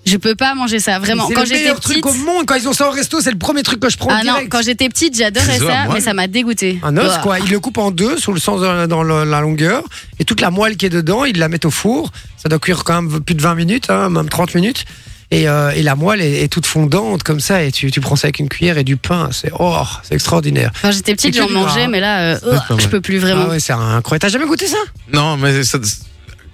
S4: Je peux pas manger ça, vraiment.
S2: C'est
S4: Quand
S2: le
S4: j'étais
S2: meilleur truc
S4: petite,
S2: au monde. Quand ils ont ça au resto, c'est le premier truc que je prends
S4: Ah
S2: en
S4: non,
S2: direct.
S4: quand Bah. j'étais petite, j'adorais
S3: Les os à
S4: ça,
S3: moelle.
S4: mais ça m'a dégoûté.
S2: Un os, quoi. Ils le coupent en deux, sous le sens de- dans le- la longueur. Et toute la moelle qui est dedans, ils la mettent au four. Ça doit cuire quand même plus de 20 minutes, hein, même 30 minutes. Et, euh, et la moelle est, est toute fondante comme ça. Et tu, tu prends ça avec une cuillère et du pain. C'est oh, c'est extraordinaire.
S4: Quand j'étais petite,
S2: C'est que
S4: j'en
S2: du gras,
S4: mangeais,
S2: hein.
S4: mais là, euh,
S3: pas
S4: oh, je
S3: mal.
S4: peux plus vraiment.
S2: Ah ouais, c'est incroyable. T'as jamais goûté ça
S3: Non, mais ça-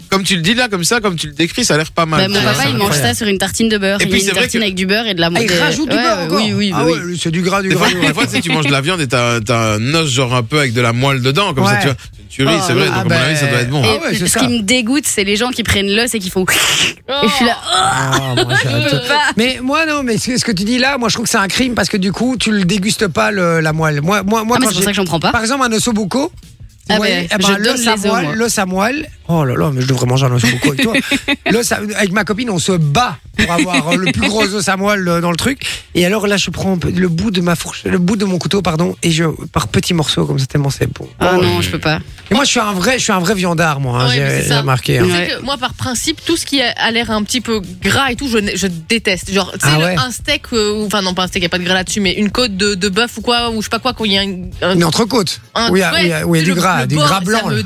S3: comme tu le dis là, comme ça, comme tu le décris, ça a l'air pas
S4: Bah,
S3: mal.
S4: mon papa,
S2: c'est
S4: il mange
S2: incroyable.
S4: ça sur une tartine de beurre.
S3: Et
S4: il
S3: puis,
S4: met
S3: c'est
S4: une
S3: vrai
S4: tartine
S3: que-
S4: avec du beurre et de la
S2: Ah,
S4: moelle.
S2: Il rajoute du
S4: Ouais,
S2: beurre encore.
S4: Oui, oui,
S2: Ah
S4: oui.
S2: ouais, c'est du gras, du
S3: Des
S2: gras.
S3: fois,
S2: du gras.
S3: des fois, tu sais, tu manges de la viande et t'as t'as un os genre un peu avec de la moelle dedans, comme ça,
S2: Ouais.
S3: tu vois. C'est une tuerie,
S2: Ah,
S3: c'est vrai.
S2: ah,
S3: donc, à
S2: bah,
S3: mon avis, ça doit être bon. hein.
S2: Ah
S4: Et
S2: ouais, c'est
S4: ce
S2: ça.
S4: qui me dégoûte, c'est les gens qui prennent l'os et qui font. Et je suis là. oh,
S2: Ah, moi, j'arrête. mais moi non, mais ce ce que tu dis là, moi je trouve que c'est un crime parce que du coup tu le dégustes pas le- la moelle. Moi, moi, moi
S4: Ah, mais
S2: quand
S4: c'est pour
S2: j'ai-
S4: ça que j'en prends pas.
S2: par exemple un osso buco.
S4: Ah
S2: vous
S4: ouais,
S2: voyez, eh ben,
S4: je
S2: l'os
S4: donne
S2: à
S4: les os,
S2: moelle,
S4: moi.
S2: l'os à moelle. Oh là là, mais je devrais manger un osso buco avec toi. L'os à- avec ma copine, on se bat pour avoir euh, le plus gros os à moelle euh, dans le truc. Et alors là, je prends un peu le bout de ma fourche, le bout de mon couteau, pardon, et je par petits morceaux comme ça tellement c'est bon.
S4: Ah non, je peux pas.
S2: Et moi, je suis un vrai, je suis un vrai viandard, moi. hein,
S5: Ouais, mais
S2: j'ai
S5: c'est
S2: j'ai
S5: ça.
S2: remarqué.
S5: Tu
S2: hein.
S5: sais
S4: Ouais.
S5: que moi, par principe, tout ce qui a l'air un petit peu gras et tout, je, n'ai- je déteste. Genre, tu sais,
S2: Ah
S5: le-
S2: ouais.
S5: un steak, euh, ou- enfin, non, pas un steak, il n'y a pas de gras là-dessus, mais une côte de, de bœuf ou quoi, ou je sais pas quoi, quand il y a un. un-
S2: Une entrecôte. ah,
S5: un-
S2: Où il y a, où il y a- où il y a
S5: ouais,
S2: du
S5: le-
S2: gras,
S5: le
S2: du
S5: bord,
S2: gras blanc.
S5: Ça me
S2: là.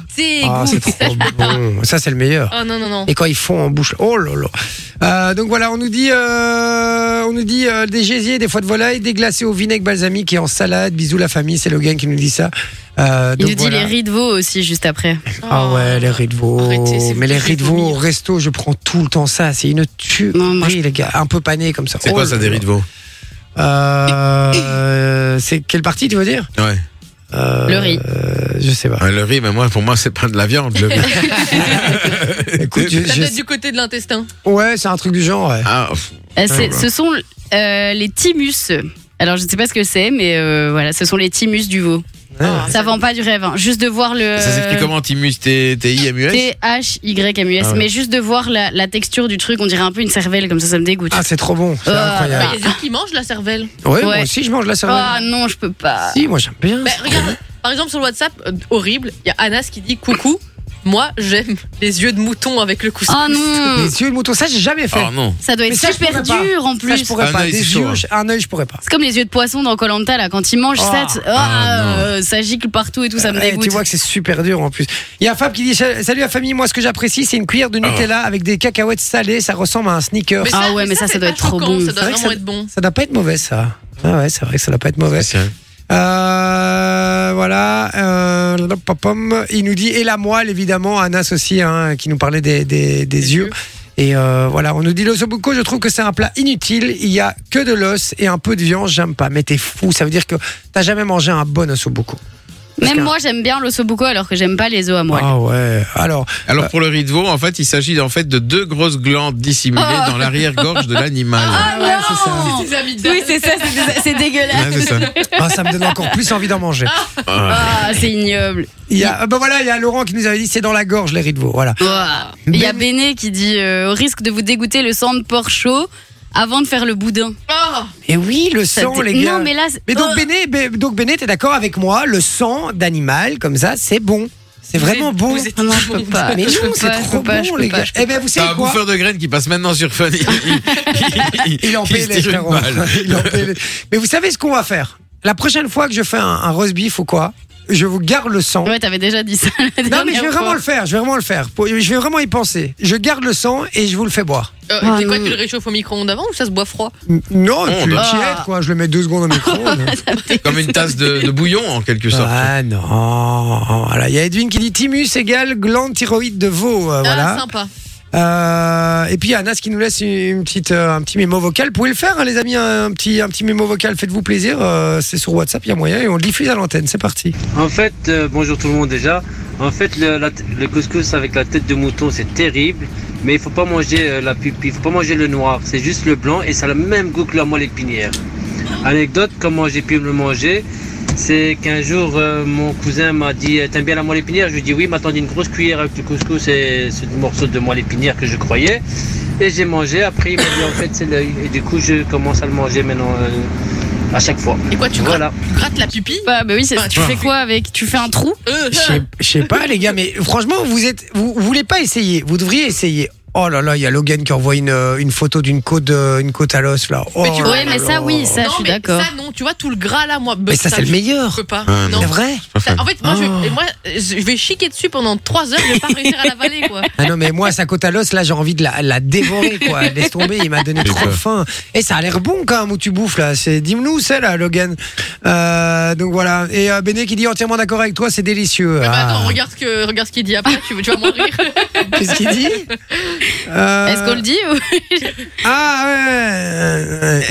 S2: Ah, c'est
S5: dégoûte.
S2: trop bon. Ça, c'est le meilleur.
S5: Ah non, non, non.
S2: Et quand ils font en bouche, oh là là. Euh, donc voilà, on nous dit, euh, on nous dit euh, des gésiers, des foies de volaille, des glacés au vinaigre balsamique et en salade. Bisous la famille, c'est le gang qui nous dit ça. Euh,
S4: Il
S2: donc
S4: nous dit
S2: voilà.
S4: les riz de veau aussi, juste après.
S2: Ah ouais, les riz de veau.
S5: Arrêtez, s'il vous
S2: Mais les
S5: plaît,
S2: riz de
S5: je vais
S2: veau au
S5: vomir.
S2: resto, je prends tout le temps ça. C'est une tuerie,
S4: Non, moi,
S2: les gars. Un peu pané comme ça.
S3: C'est
S2: Oh
S3: quoi
S2: là
S3: ça, des
S2: là.
S3: riz de veau
S2: Euh, C'est quelle partie, tu veux dire
S3: ouais.
S2: Euh,
S4: Le riz.
S2: euh, je sais pas.
S3: Ouais, Le riz, mais moi, pour moi, c'est pas de la viande. le riz.
S2: Écoute, je-
S5: Ça
S2: je-
S5: doit être du côté de l'intestin.
S2: ouais, c'est un truc du genre. ouais.
S3: Ah, pff,
S4: Euh, c'est-
S3: bah.
S4: ce sont euh, les timus. Alors, je ne sais pas ce que c'est, mais euh, voilà, ce sont les timus du veau.
S2: Ah.
S4: Ça vend pas du rêve. hein. Juste de voir le.
S3: ça s'écrit comment Timus T-I-M-U-S
S4: T-H-Y-M-U-S.
S3: Ah ouais.
S4: Mais juste de voir la, la texture du truc, on dirait un peu une cervelle, comme ça, ça me dégoûte.
S2: Ah, c'est trop bon, c'est
S4: Ah,
S5: Il
S2: incroyable.
S5: y a des gens qui mangent la cervelle.
S2: Ouais, moi
S4: Ouais.
S2: aussi je mange la cervelle.
S4: Ah non, je peux pas.
S2: Si, moi j'aime bien.
S5: Bah, regarde, par exemple, sur le WhatsApp, euh, horrible, il y a Anas qui dit Coucou, moi, j'aime les yeux de mouton avec le couscous.
S4: Ah non,
S2: Les yeux de mouton, ça j'ai jamais fait.
S3: Oh non.
S4: ça doit
S2: Mais
S4: être
S2: ça, je
S4: super
S2: pourrais pas.
S4: dur en
S2: Ça,
S4: plus.
S2: je pourrais
S3: Un
S2: pas.
S3: œil,
S2: Des
S3: c'est chaud,
S2: yeux,
S3: hein.
S2: je- un œil, je pourrais pas.
S4: C'est comme les yeux de poisson dans Colanta là, quand ils mangent ça,
S2: Ah.
S4: tu- ah,
S3: Ah,
S4: euh, ça gicle partout et tout, ça me
S2: Eh,
S4: dégoûte.
S2: tu vois que c'est super dur en plus. Il y a Fab qui dit Salut la famille, moi ce que j'apprécie, c'est une cuillère de Nutella
S3: Ah.
S2: avec des cacahuètes salées, ça ressemble à un sneaker.
S4: Ah ouais, mais ça, ça
S5: c'est
S4: doit
S5: pas
S4: être trop
S5: choquant,
S4: bon.
S5: Ça
S4: C'est
S5: doit
S2: vrai que
S5: vraiment
S2: ça-
S5: être bon.
S2: Ça doit pas être mauvais ça. Ah ouais, c'est vrai que ça doit pas être mauvais.
S3: C'est
S2: Euh, voilà. Euh, le pom- pom. il nous dit et la moelle évidemment, Anas aussi hein, qui nous parlait des, des, des yeux.
S5: yeux.
S2: Et euh, voilà, on nous dit l'ossobuco, je trouve que c'est un plat inutile, il y a que de l'os et un peu de viande, j'aime pas. Mais t'es fou, ça veut dire que t'as jamais mangé un bon ossobuco.
S4: Même
S2: qu'un-
S4: moi j'aime bien l'ossobuco alors que j'aime pas les os à moi.
S2: Ah ouais. Alors,
S3: Alors pour le riz de veau, en fait, il s'agit en fait de deux grosses glandes dissimulées dans l'arrière-gorge de l'animal.
S4: Oh. Ah
S2: ouais, c'est ça.
S4: non
S5: Des amygdales.
S4: Oui c'est ça, c'est- c'est
S3: Ouais,
S4: dégueulasse.
S3: c'est ça.
S2: ah, ça me donne encore plus envie d'en manger.
S3: Ah.
S4: Ah, c'est ignoble.
S2: Il y a, ah, ben voilà, il y a Laurent qui nous avait dit c'est dans la gorge les riz de veau. Voilà.
S4: Ouah. Oh. Il y a Béné qui dit euh, au risque de vous dégoûter le sang de porc chaud avant de faire le boudin.
S5: Ah,
S2: Et oui, le
S4: Ça
S2: sang
S4: dé-
S2: les gars.
S4: Non mais là, c'est-
S2: Mais donc
S4: Oh.
S2: Béné, Bé- donc Béné, t'es d'accord avec moi Le sang d'animal, comme ça, c'est bon. C'est
S5: Vous
S2: vraiment
S5: êtes-
S2: bon.
S5: vous êtes
S4: Ah non, je peux pas.
S2: Mais
S4: Je
S2: non,
S4: peux
S2: c'est
S4: pas, je
S2: trop
S4: peux pas, je
S2: bon,
S4: peux
S2: les
S4: pas,
S2: gars.
S4: je peux
S2: Eh ben, vous
S3: T'as
S2: savez
S3: un
S2: quoi
S3: bouffeur de graines qui passe maintenant sur Fun.
S2: Il en
S3: qui se
S2: paie les
S3: tire une
S2: frérots.
S3: balle.
S2: Il en paie les- Mais vous savez ce qu'on va faire La prochaine fois que je fais un, un roast beef ou quoi, je vous garde le sang.
S4: Ouais, t'avais déjà dit ça. la
S2: Non, mais je
S4: dernière
S2: vais
S4: fois.
S2: vraiment le faire. Je vais vraiment le faire. Pour- Je vais vraiment y penser. Je garde le sang et je vous le fais boire.
S5: euh,
S4: Ah
S5: c'est quoi,
S4: non.
S5: tu le réchauffes au micro-ondes avant ou ça se boit froid
S2: N- Oh, Non, tu le
S3: bah.
S2: tièdes, quoi. Je le mets deux secondes au micro.
S3: Comme une tasse de, de bouillon en quelque sorte.
S2: Ah non. Voilà, il y a Edwin qui dit Timus égale glande thyroïde de veau. Euh,
S5: Ah,
S2: voilà.
S5: sympa.
S2: Euh, et puis il y a Anas qui nous laisse une, une petite, euh, un petit mémo vocal. Vous pouvez le faire, hein, les amis, un, un petit, un petit mémo vocal. Faites-vous plaisir. euh, c'est sur WhatsApp, il y a moyen et on le diffuse à l'antenne. C'est parti.
S7: En fait, euh, bonjour tout le monde déjà. En fait, le, la t- le couscous avec la tête de mouton, c'est terrible. Mais il faut pas manger euh, la pupille, il faut pas manger le noir. C'est juste le blanc et ça a le même goût que la moelle épinière. Anecdote, comment j'ai pu me le manger C'est qu'un jour, euh, mon cousin m'a dit « T'aimes bien la moelle épinière ?» Je lui ai dit « Oui, m'attendait une grosse cuillère avec du couscous et ce morceau de moelle épinière que je croyais. » Et j'ai mangé. Après, il m'a dit « En fait, c'est l'œil. » Et du coup, je commence à le manger maintenant euh, à chaque fois.
S5: Et quoi, tu grattes,
S7: Voilà.
S5: tu grattes la pupille
S4: Bah, bah oui, c'est- tu fais quoi avec Tu fais un trou
S5: Euh,
S2: Je sais- je sais pas, les gars, mais franchement, vous êtes, vous, vous voulez pas essayer. Vous devriez essayer. Oh là là, il y a Logan qui envoie une, euh, une photo d'une côte, euh, une côte à l'os là. Oh
S5: Mais tu
S2: là
S5: vois,
S4: Ouais,
S2: là
S4: mais
S2: là.
S4: ça, oui, ça,
S5: non,
S4: je suis
S5: mais
S4: d'accord.
S5: Ça, non, tu vois, tout le gras là, moi. bah,
S2: Mais ça, c'est le
S5: Je
S2: meilleur.
S5: peux pas.
S3: Ah, non.
S2: C'est
S5: Non.
S2: vrai
S5: Ça, en fait, moi,
S2: Oh.
S5: je, et moi, je vais chiquer dessus pendant 3 heures, je vais pas réussir à l'avaler, quoi.
S2: Ah non, mais moi, sa côte à l'os, là, j'ai envie de la, la dévorer, quoi. Laisse tomber, il m'a donné
S3: J'ai
S2: trop
S3: peur.
S2: faim. Et ça a l'air bon, quand même, où tu bouffes, là. C'est, dis-nous, c'est, là, Logan. Euh, donc voilà. Et euh, Béné qui dit entièrement d'accord avec toi, c'est délicieux.
S5: Mais
S2: Ah.
S5: Bah, attends, regarde ce, que, regarde ce qu'il dit après, tu, tu vas mourir.
S2: Qu'est-ce qu'il dit Euh,
S4: Est-ce qu'on le dit ou-
S2: Ah ouais euh, euh,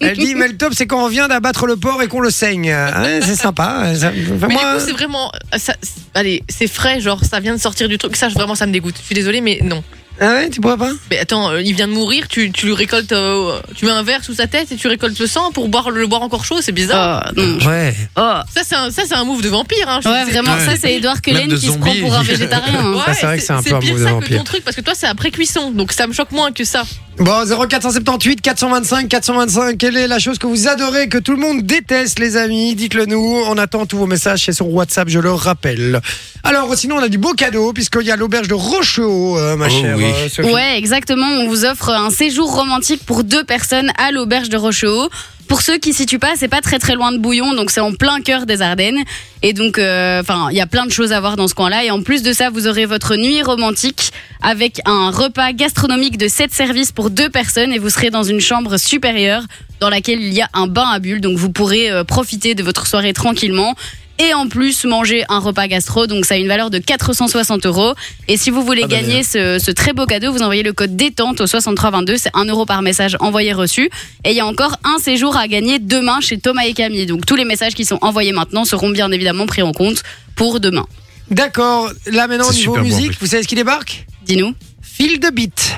S2: Elle dit, mais le top, c'est quand on vient d'abattre le porc et qu'on le saigne. Ah, Ouais, c'est sympa. Ça- enfin,
S5: Mais
S2: moi,
S5: du coup, c'est vraiment. ça- c'est- allez, c'est frais, genre, ça vient de sortir du truc. Ça, je- vraiment, ça me dégoûte. Je suis désolée, mais non.
S2: ah ouais, tu pourrais pas
S5: Mais attends, euh, il vient de mourir, tu, tu lui récoltes. euh, tu mets un verre sous sa tête et tu récoltes le sang pour boire, le boire encore chaud, c'est bizarre.
S4: Oh, non.
S2: Ouais.
S4: Oh.
S5: Ça, c'est un, ça, c'est un move de vampire, hein. je
S4: Ouais,
S5: sais.
S4: vraiment,
S3: Ouais.
S4: ça, c'est Edouard Cullen
S3: Même de
S4: qui se prend
S3: zombie.
S4: pour un végétarien. hein.
S2: Ça, Ah, c'est vrai que c'est un peu un
S5: pire
S2: move de
S5: ça que
S2: vampire.
S5: ton truc parce que toi c'est après cuisson donc ça me choque moins que ça.
S2: Bon, 0478 425 425, quelle est la chose que vous adorez, que tout le monde déteste, les amis Dites-le nous, on attend tous vos messages chez son WhatsApp, je le rappelle. Alors, sinon, on a du beau cadeau, puisqu'il y a l'auberge de Rocheau, euh, ma
S3: Oh
S2: chère
S3: oui.
S2: euh, Sophie.
S4: Ouais, exactement. On vous offre un séjour romantique pour deux personnes à l'auberge de Rochehaut. Pour ceux qui ne situent pas, c'est pas très très loin de Bouillon, donc c'est en plein cœur des Ardennes. Et donc, euh, enfin, il y a plein de choses à voir dans ce coin-là. Et en plus de ça, vous aurez votre nuit romantique avec un repas gastronomique de 7 services pour deux personnes et vous serez dans une chambre supérieure dans laquelle il y a un bain à bulles. Donc, vous pourrez euh, profiter de votre soirée tranquillement. Et en plus, manger un repas gastro, donc ça a une valeur de 460 euros. Et si vous voulez
S2: Ah bah,
S4: gagner ce, ce très beau cadeau, vous envoyez le code détente au 6322, c'est 1 euro par message envoyé reçu. Et il y a encore un séjour à gagner demain chez Thomas et Camille. Donc tous les messages qui sont envoyés maintenant seront bien évidemment pris en compte pour demain.
S2: D'accord, là maintenant, au
S3: C'est
S2: niveau
S3: super beau, en
S2: musique,
S3: plus.
S2: vous savez ce qui débarque
S4: Dis-nous.
S2: Fil de beat.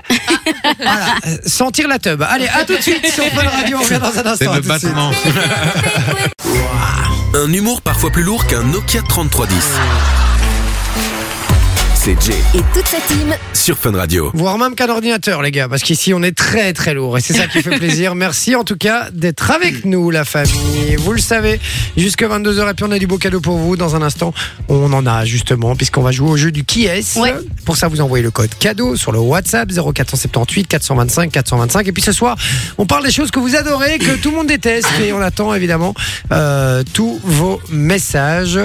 S2: voilà, euh, sentir la teub. Allez, à tout de suite sur Fun Radio, on revient dans un
S3: C'est
S2: instant. à
S3: le
S2: tout de suite.
S3: battement.
S1: Un humour parfois plus lourd qu'un Nokia 3310. C'est Jay
S6: Et toute sa team.
S1: sur Fun Radio.
S2: Voire même qu'un ordinateur, les gars, parce qu'ici on est très très lourd et c'est ça qui fait plaisir. Merci en tout cas d'être avec nous, la famille. Vous le savez, jusque 22h et puis on a du beau cadeau pour vous. Dans un instant, on en a justement, puisqu'on va jouer au jeu du qui est.
S4: Ouais.
S2: Pour ça, vous envoyez le code cadeau sur le WhatsApp 0478 425 425. Et puis ce soir, on parle des choses que vous adorez, que tout le monde déteste et on attend évidemment euh, tous vos messages.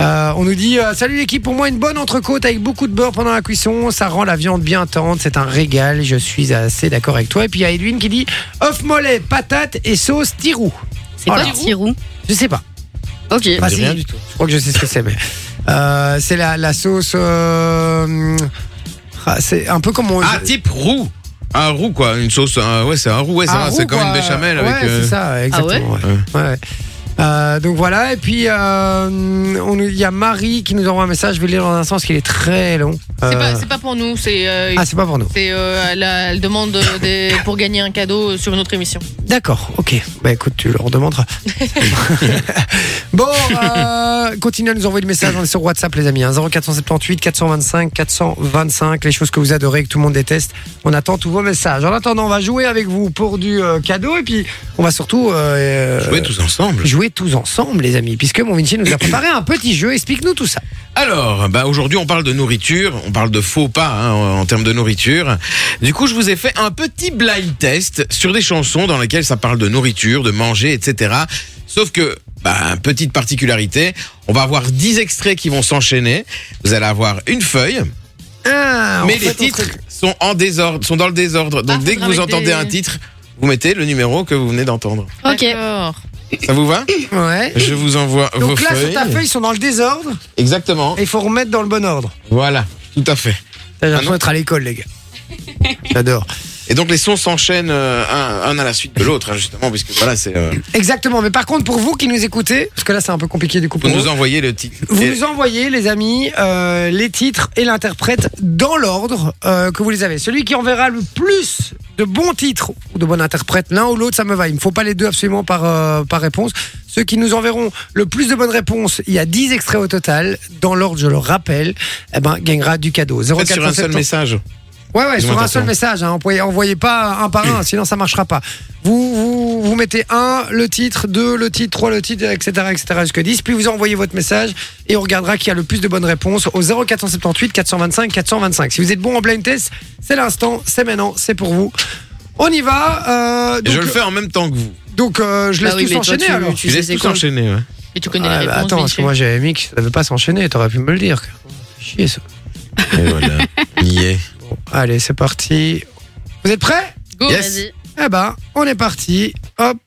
S2: Euh, on nous dit euh, Salut l'équipe, pour moi une bonne entrecôte avec beaucoup de beurre pendant la cuisson, ça rend la viande bien tendre, c'est un régal, je suis assez d'accord avec toi. Et puis il y a Edwin qui dit œuf mollet, patate et sauce tirou.
S4: C'est
S2: Voilà.
S4: quoi Tirou
S2: Je sais pas,
S4: Ok.
S2: Bah,
S3: dit
S2: si,
S3: rien du
S2: je crois que je sais ce que c'est, mais euh, c'est la, la sauce. euh, hum, ah, c'est un peu comme on.
S3: Ah, type roux. Un roux, quoi. Une sauce. un- ouais, c'est un roux. Ouais, c'est
S2: Ah,
S3: vrai,
S2: roux,
S3: c'est comme
S2: quoi.
S3: une béchamel
S2: Ouais,
S3: avec. euh,
S2: c'est ça, exactement.
S3: ouais
S2: ouais. Ouais. Euh, donc voilà, et puis euh, on nous- il y a Marie qui nous envoie un message, je vais le lire dans un sens qu'il est très long.
S5: C'est
S2: Euh,
S5: pas, c'est pas pour nous, c'est euh,
S2: ah, c'est pas pour nous.
S5: c'est euh, elle, a- elle demande euh, des- pour gagner un cadeau euh, sur une autre émission.
S2: D'accord, ok. Bah écoute, tu leur demanderas. bon, euh, continuez à nous envoyer le message, on est sur WhatsApp les amis, hein, 0478 425 425, les choses que vous adorez, que tout le monde déteste. On attend tous vos messages. En attendant, on va jouer avec vous pour du euh, cadeau et puis on va surtout... euh,
S3: Jouer tous ensemble.
S2: jouer tous ensemble, les amis, puisque mon Vinci nous a préparé un petit jeu. Explique-nous tout ça.
S3: Alors, bah aujourd'hui on parle de nourriture, on parle de faux pas hein, en en termes de nourriture. Du coup, je vous ai fait un petit blind test sur des chansons dans lesquelles ça parle de nourriture, de manger, etc. Sauf que, bah, petite particularité, on va avoir 10 extraits qui vont s'enchaîner. Vous allez avoir une feuille,
S2: Ah,
S3: mais les titres sont en désordre, sont dans le désordre. Donc
S5: Ah,
S3: dès que
S5: faudra
S3: vous
S5: mettre
S3: entendez
S5: des-
S3: un titre, vous mettez le numéro que vous venez d'entendre.
S4: Ok.
S5: D'accord.
S3: Ça vous va
S2: Ouais.
S3: Je vous envoie vos
S2: Donc là, sur
S3: feuilles.
S2: ta feuille, ils sont dans le désordre
S3: Exactement.
S2: et il faut remettre dans le bon ordre.
S3: Voilà, tout à fait.
S2: J'ai l'impression
S3: Ah non.
S2: d'être à l'école, les gars. J'adore.
S3: Et donc les sons s'enchaînent euh, un, un à la suite de l'autre, hein, justement, puisque voilà, c'est. euh,
S2: Exactement. Mais par contre, pour vous qui nous écoutez, parce que là, c'est un peu compliqué du coup
S3: vous
S2: pour
S3: nous
S2: vous.
S3: envoyez le titre.
S2: Vous
S3: Et-
S2: nous envoyez, les amis, euh, les titres et l'interprète dans l'ordre euh, que vous les avez. Celui qui enverra le plus de bons titres ou de bons interprètes, l'un ou l'autre, ça me va. Il ne faut pas les deux absolument par, euh, par réponse. Ceux qui nous enverront le plus de bonnes réponses, il y a 10 extraits au total, dans l'ordre, je le rappelle, eh ben, gagnera du cadeau.
S3: Faites sur un seul
S2: 0470.
S3: message.
S2: Ouais, ouais,
S3: Excuse-moi,
S2: sur un seul
S3: attention.
S2: message. Hein, envoyez, envoyez pas un par un, sinon ça marchera pas. Vous, vous, vous mettez 1, le titre, 2, le titre, 3, le titre, etc., etc., jusqu'à 10. Puis vous envoyez votre message et on regardera qui a le plus de bonnes réponses au 0478 425 425. Si vous êtes bon en blind test, c'est l'instant, c'est maintenant, c'est pour vous. On y va. euh,
S3: Et
S2: donc,
S3: je le fais en même temps que vous.
S2: donc, euh, je laisse
S5: Bah oui,
S2: tous
S5: mais toi,
S2: enchaîner
S5: tu-
S2: alors.
S5: tu
S3: Tu
S5: sais
S3: laisses
S5: c'est
S3: tout
S5: quoi
S3: s'enchaîner. ouais.
S5: Et tu connais
S2: Ouais,
S5: la
S2: bah,
S5: réponse.
S2: attends, parce
S5: Vinci.
S2: que moi j'avais mis que ça devait pas s'enchaîner, t'aurais pu me le dire. Chier ça.
S3: Et voilà. Niais.
S2: Bon, allez, c'est parti. Vous êtes prêts
S5: Go,
S3: Yes.
S5: vas-y.
S2: Eh ben, on est parti. Hop,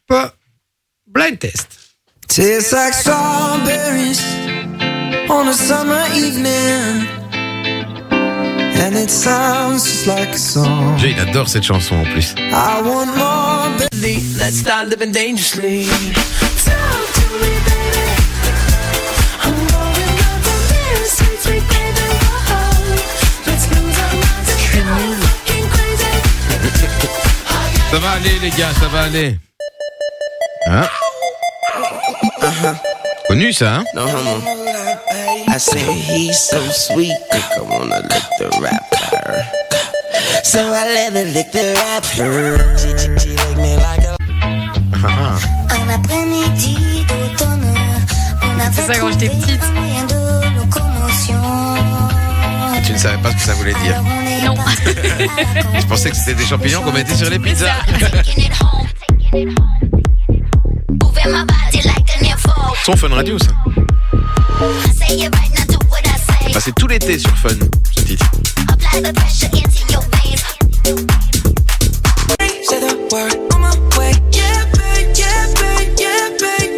S2: blind test.
S8: Tastes like strawberries on a summer evening. And it sounds just like a song.
S3: Jay, il adore cette chanson en plus.
S8: I want more, baby. Let's start living dangerously.
S9: Talk to me, baby. I'm going up the mirror since we came to your home. Let's lose our minds and go fucking crazy.
S3: Ça va aller, les gars, ça va aller. Hein Connu ça, hein
S8: No homo. I say he's so sweet. Think I wanna lick the rapper. So I let her lick the rapper. She, she, she lick me like a
S9: Un après-midi d'automne, on a
S4: C'est ça quand j'étais petite.
S9: un moyen de locomotion.
S3: Tu ne savais pas ce que ça voulait dire.
S9: Alors on est
S4: Non.
S9: parti à la
S3: Je pensais que c'était des champignons qu'on mettait sur les pizzas. Son fun radio, ça. Passé Bah, tout l'été sur fun, ce titre.
S8: Say the word on my way.
S9: Yeah, babe, yeah, babe, yeah, babe.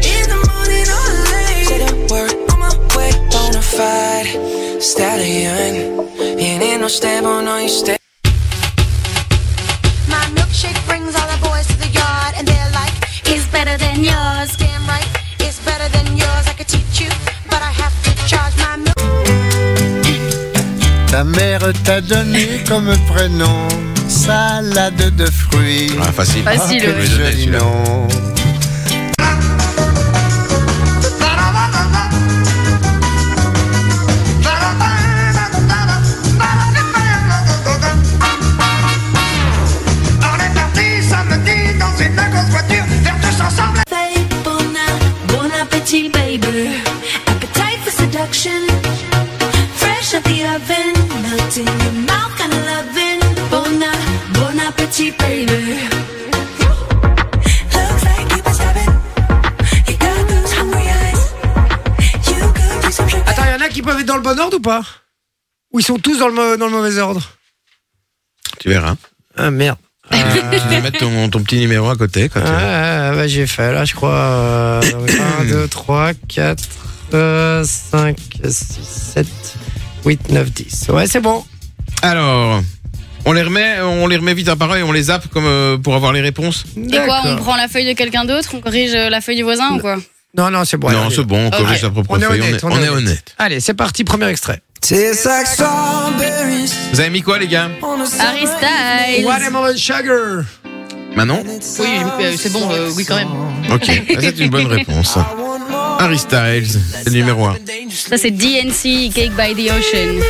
S9: In the morning or late.
S8: Say the word on my way. Bonafide stallion. It ain't no stable, no, you stay.
S9: My milkshake brings all the boys to the yard, and they're like, "It's better than yours." Damn right, it's better than yours. I could teach you, but I have to charge my milk.
S10: Ta mère t'a donné comme prénom salade de fruits.
S3: Ah, facile.
S4: Facile,
S3: Ah,
S4: oui.
S3: quel joli nom.
S10: nom.
S9: Bon, bon appétit, baby. Appetite for seduction. Fresh out the oven, melt in your mouth, kind of loving. Bon, bon appétit, baby.
S8: Looks like you've been starving. You got those hungry eyes. You could use some sugar.
S2: Attends, il y en a qui peuvent être dans le bon ordre ou pas Ou ils sont tous dans le, mau- dans le mauvais ordre
S3: Tu verras.
S2: Ah merde.
S3: Tu vas mettre ton, ton petit numéro à côté. Quand tu-
S2: Ah, bah, j'ai fait là, je crois. euh, 1, 2, 3, 4, euh, 5, 6, 7, 8, 9, 10. Ouais, c'est bon.
S3: Alors, on les remet, on les remet vite à part et on les zappe comme euh, pour avoir les réponses.
S4: Et quoi, on prend la feuille de quelqu'un d'autre, on corrige euh, la feuille du voisin ou quoi
S2: Non, non, c'est bon.
S3: non,
S2: allez.
S3: c'est bon, on corrige
S2: Ouais,
S3: sa propre
S2: on est
S3: feuille.
S2: honnête,
S3: on est, on est honnête.
S2: Allez, c'est parti, premier extrait.
S8: Tastes like strawberries
S3: Vous avez mis quoi, les gars
S8: on a
S4: Harry
S8: summer
S4: Styles.
S2: Watermelon Sugar.
S3: Manon
S8: evening.
S5: Oui, euh,
S11: Ah,
S5: c'est bon, euh, oui, quand même.
S3: Ok, ça, c'est une bonne réponse.
S8: I want more.
S3: Harry Styles, c'est le numéro 1.
S4: Ça c'est DNC, Cake by the Ocean.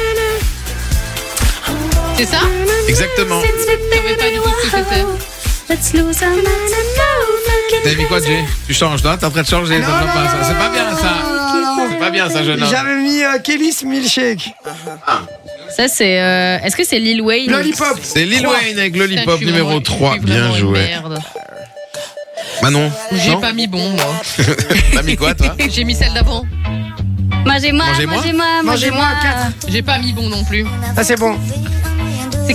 S5: C'est ça
S3: Exactement.
S5: savais pas du tout ce que c'était.
S9: Let's lose our minds and go fucking
S3: T'as mis quoi, Jay Tu changes, là T'es en train de changer, ça
S2: Non,
S3: va
S2: non,
S3: pas,
S2: non,
S3: ça. C'est pas bien, ça. C'est pas bien, ça, jeune homme.
S2: J'avais mis euh, Kelly's Milkshake.
S4: Ça c'est. euh, Est-ce que c'est Lil Wayne
S2: Lollipop.
S3: C'est Lil Wayne avec
S5: Putain, je
S3: Lollipop
S5: suis
S3: numéro
S5: vraiment- je
S3: 3.
S5: suis vraiment
S3: Bien
S5: une
S3: joué.
S5: merde.
S3: Manon
S5: J'ai
S3: non
S5: pas mis bon, moi.
S3: T'as mis quoi, toi
S5: J'ai mis celle d'avant.
S4: Mangez-moi,
S3: Mangez-moi.
S4: mangez-moi,
S2: Mangez-moi
S4: mangez-moi.
S2: à quatre.
S5: J'ai pas mis bon non plus.
S2: Ah, c'est bon.
S5: C'est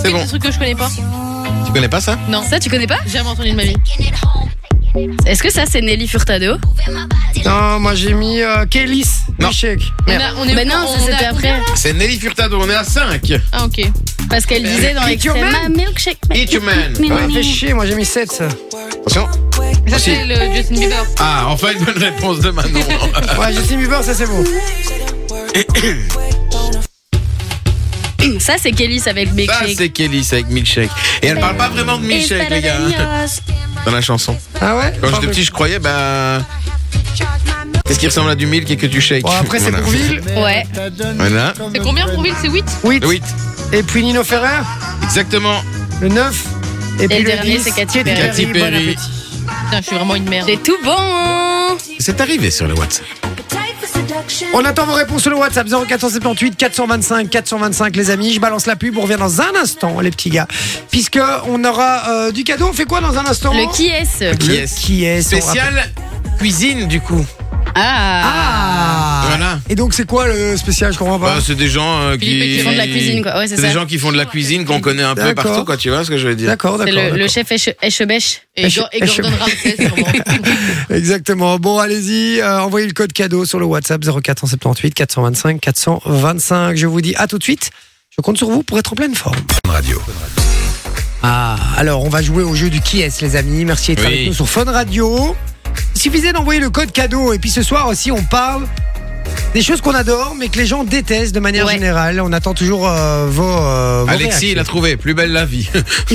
S3: C'est
S5: que
S3: bon.
S5: des trucs que je connais pas.
S3: Tu connais pas ça
S5: Non.
S4: Ça tu connais pas
S5: J'ai jamais entendu de ma vie.
S4: Est-ce que ça c'est Nelly Furtado
S2: Non, moi j'ai mis euh, Kelly's
S3: Non.
S2: Milkshake.
S5: On,
S2: Merde.
S5: a- on est
S4: Mais Ben non,
S5: on
S4: ça
S5: est
S4: c'était
S5: à-
S4: après.
S3: C'est Nelly Furtado, on est à 5.
S5: Ah, ok.
S4: Parce qu'elle disait dans
S2: Eat your
S4: l'extrait
S2: man.
S4: Ma milkshake.
S3: Eat your man.
S4: Mais
S3: Ouais.
S2: Ça
S4: non.
S2: fait chier, moi j'ai mis 7 ça.
S3: Attention.
S5: Ça,
S3: Aussi.
S5: c'est le Justin Bieber.
S3: Ah, enfin une bonne réponse de Manon.
S2: Ouais, Justin Bieber, ça c'est bon.
S4: Ça c'est Kelly's avec Big
S3: Ça,
S4: Shake.
S3: c'est Kelly, c'est avec Milkshake. Et elle parle pas vraiment de
S4: It's
S3: Milkshake, les
S4: better
S3: gars,
S4: than
S3: hein,
S4: yours.
S3: dans la chanson.
S2: Ah ouais
S3: Quand j'étais petit, je croyais, bah. Qu'est-ce qui ressemble à du milk et que tu shakes
S2: Bon, après c'est
S3: Voilà.
S2: Bourville.
S4: Ouais.
S3: Voilà.
S5: C'est combien pour Ville C'est 8
S2: 8.
S3: Oui,
S2: Et puis Nino Ferrer,
S3: exactement.
S2: le 9. Et, puis
S4: le
S2: le
S4: dernier,
S2: 10,
S4: c'est Katy Perry.
S3: Katy
S2: bon
S3: Perry.
S2: appétit.
S5: Putain, je suis vraiment une merde.
S4: C'est tout bon.
S3: C'est arrivé sur le WhatsApp.
S9: Appetite for seduction.
S2: On attend vos réponses sur le WhatsApp 0478 425 425 les amis. Je balance la pub, on revient dans un instant les petits gars. Puisque on aura euh, du cadeau, on fait quoi dans un instant
S4: Le qui est-ce
S2: Le
S3: Qui est-ce
S2: qui est
S3: Spécial cuisine, du coup.
S4: Ah.
S2: Ah
S3: Voilà.
S2: Et donc c'est quoi le spécial Je comprends pas.
S3: Bah, c'est des gens euh, qui...
S5: Philippe, qui
S4: font de la cuisine, quoi. Ouais, c'est
S3: c'est des
S4: ça.
S3: gens qui font de la cuisine, qu'on connaît un peu
S2: D'accord.
S3: partout, quoi. Tu vois ce que je veux dire
S2: D'accord,
S4: C'est
S2: d'accord.
S4: le, le
S2: d'accord.
S4: chef Eche- Echebèche.
S5: Et,
S2: je-
S5: Gor- et
S2: et je-
S5: Gordon Ramsay, sûrement.
S2: Exactement. Bon, allez-y, euh, envoyez le code cadeau sur le WhatsApp 0478 425 425. Je vous dis à tout de suite. Je compte sur vous pour être en pleine forme.
S1: Radio.
S2: Ah, alors on va jouer au jeu du qui est les amis. Merci d'être
S3: Oui.
S2: avec nous sur Fun Radio. Il suffisait d'envoyer le code cadeau et puis ce soir aussi on parle des choses qu'on adore mais que les gens détestent de manière
S4: Ouais.
S2: générale. On attend toujours euh, vos, euh, vos
S3: Alexis, il a
S2: réactions.
S3: trouvé. Plus belle la vie.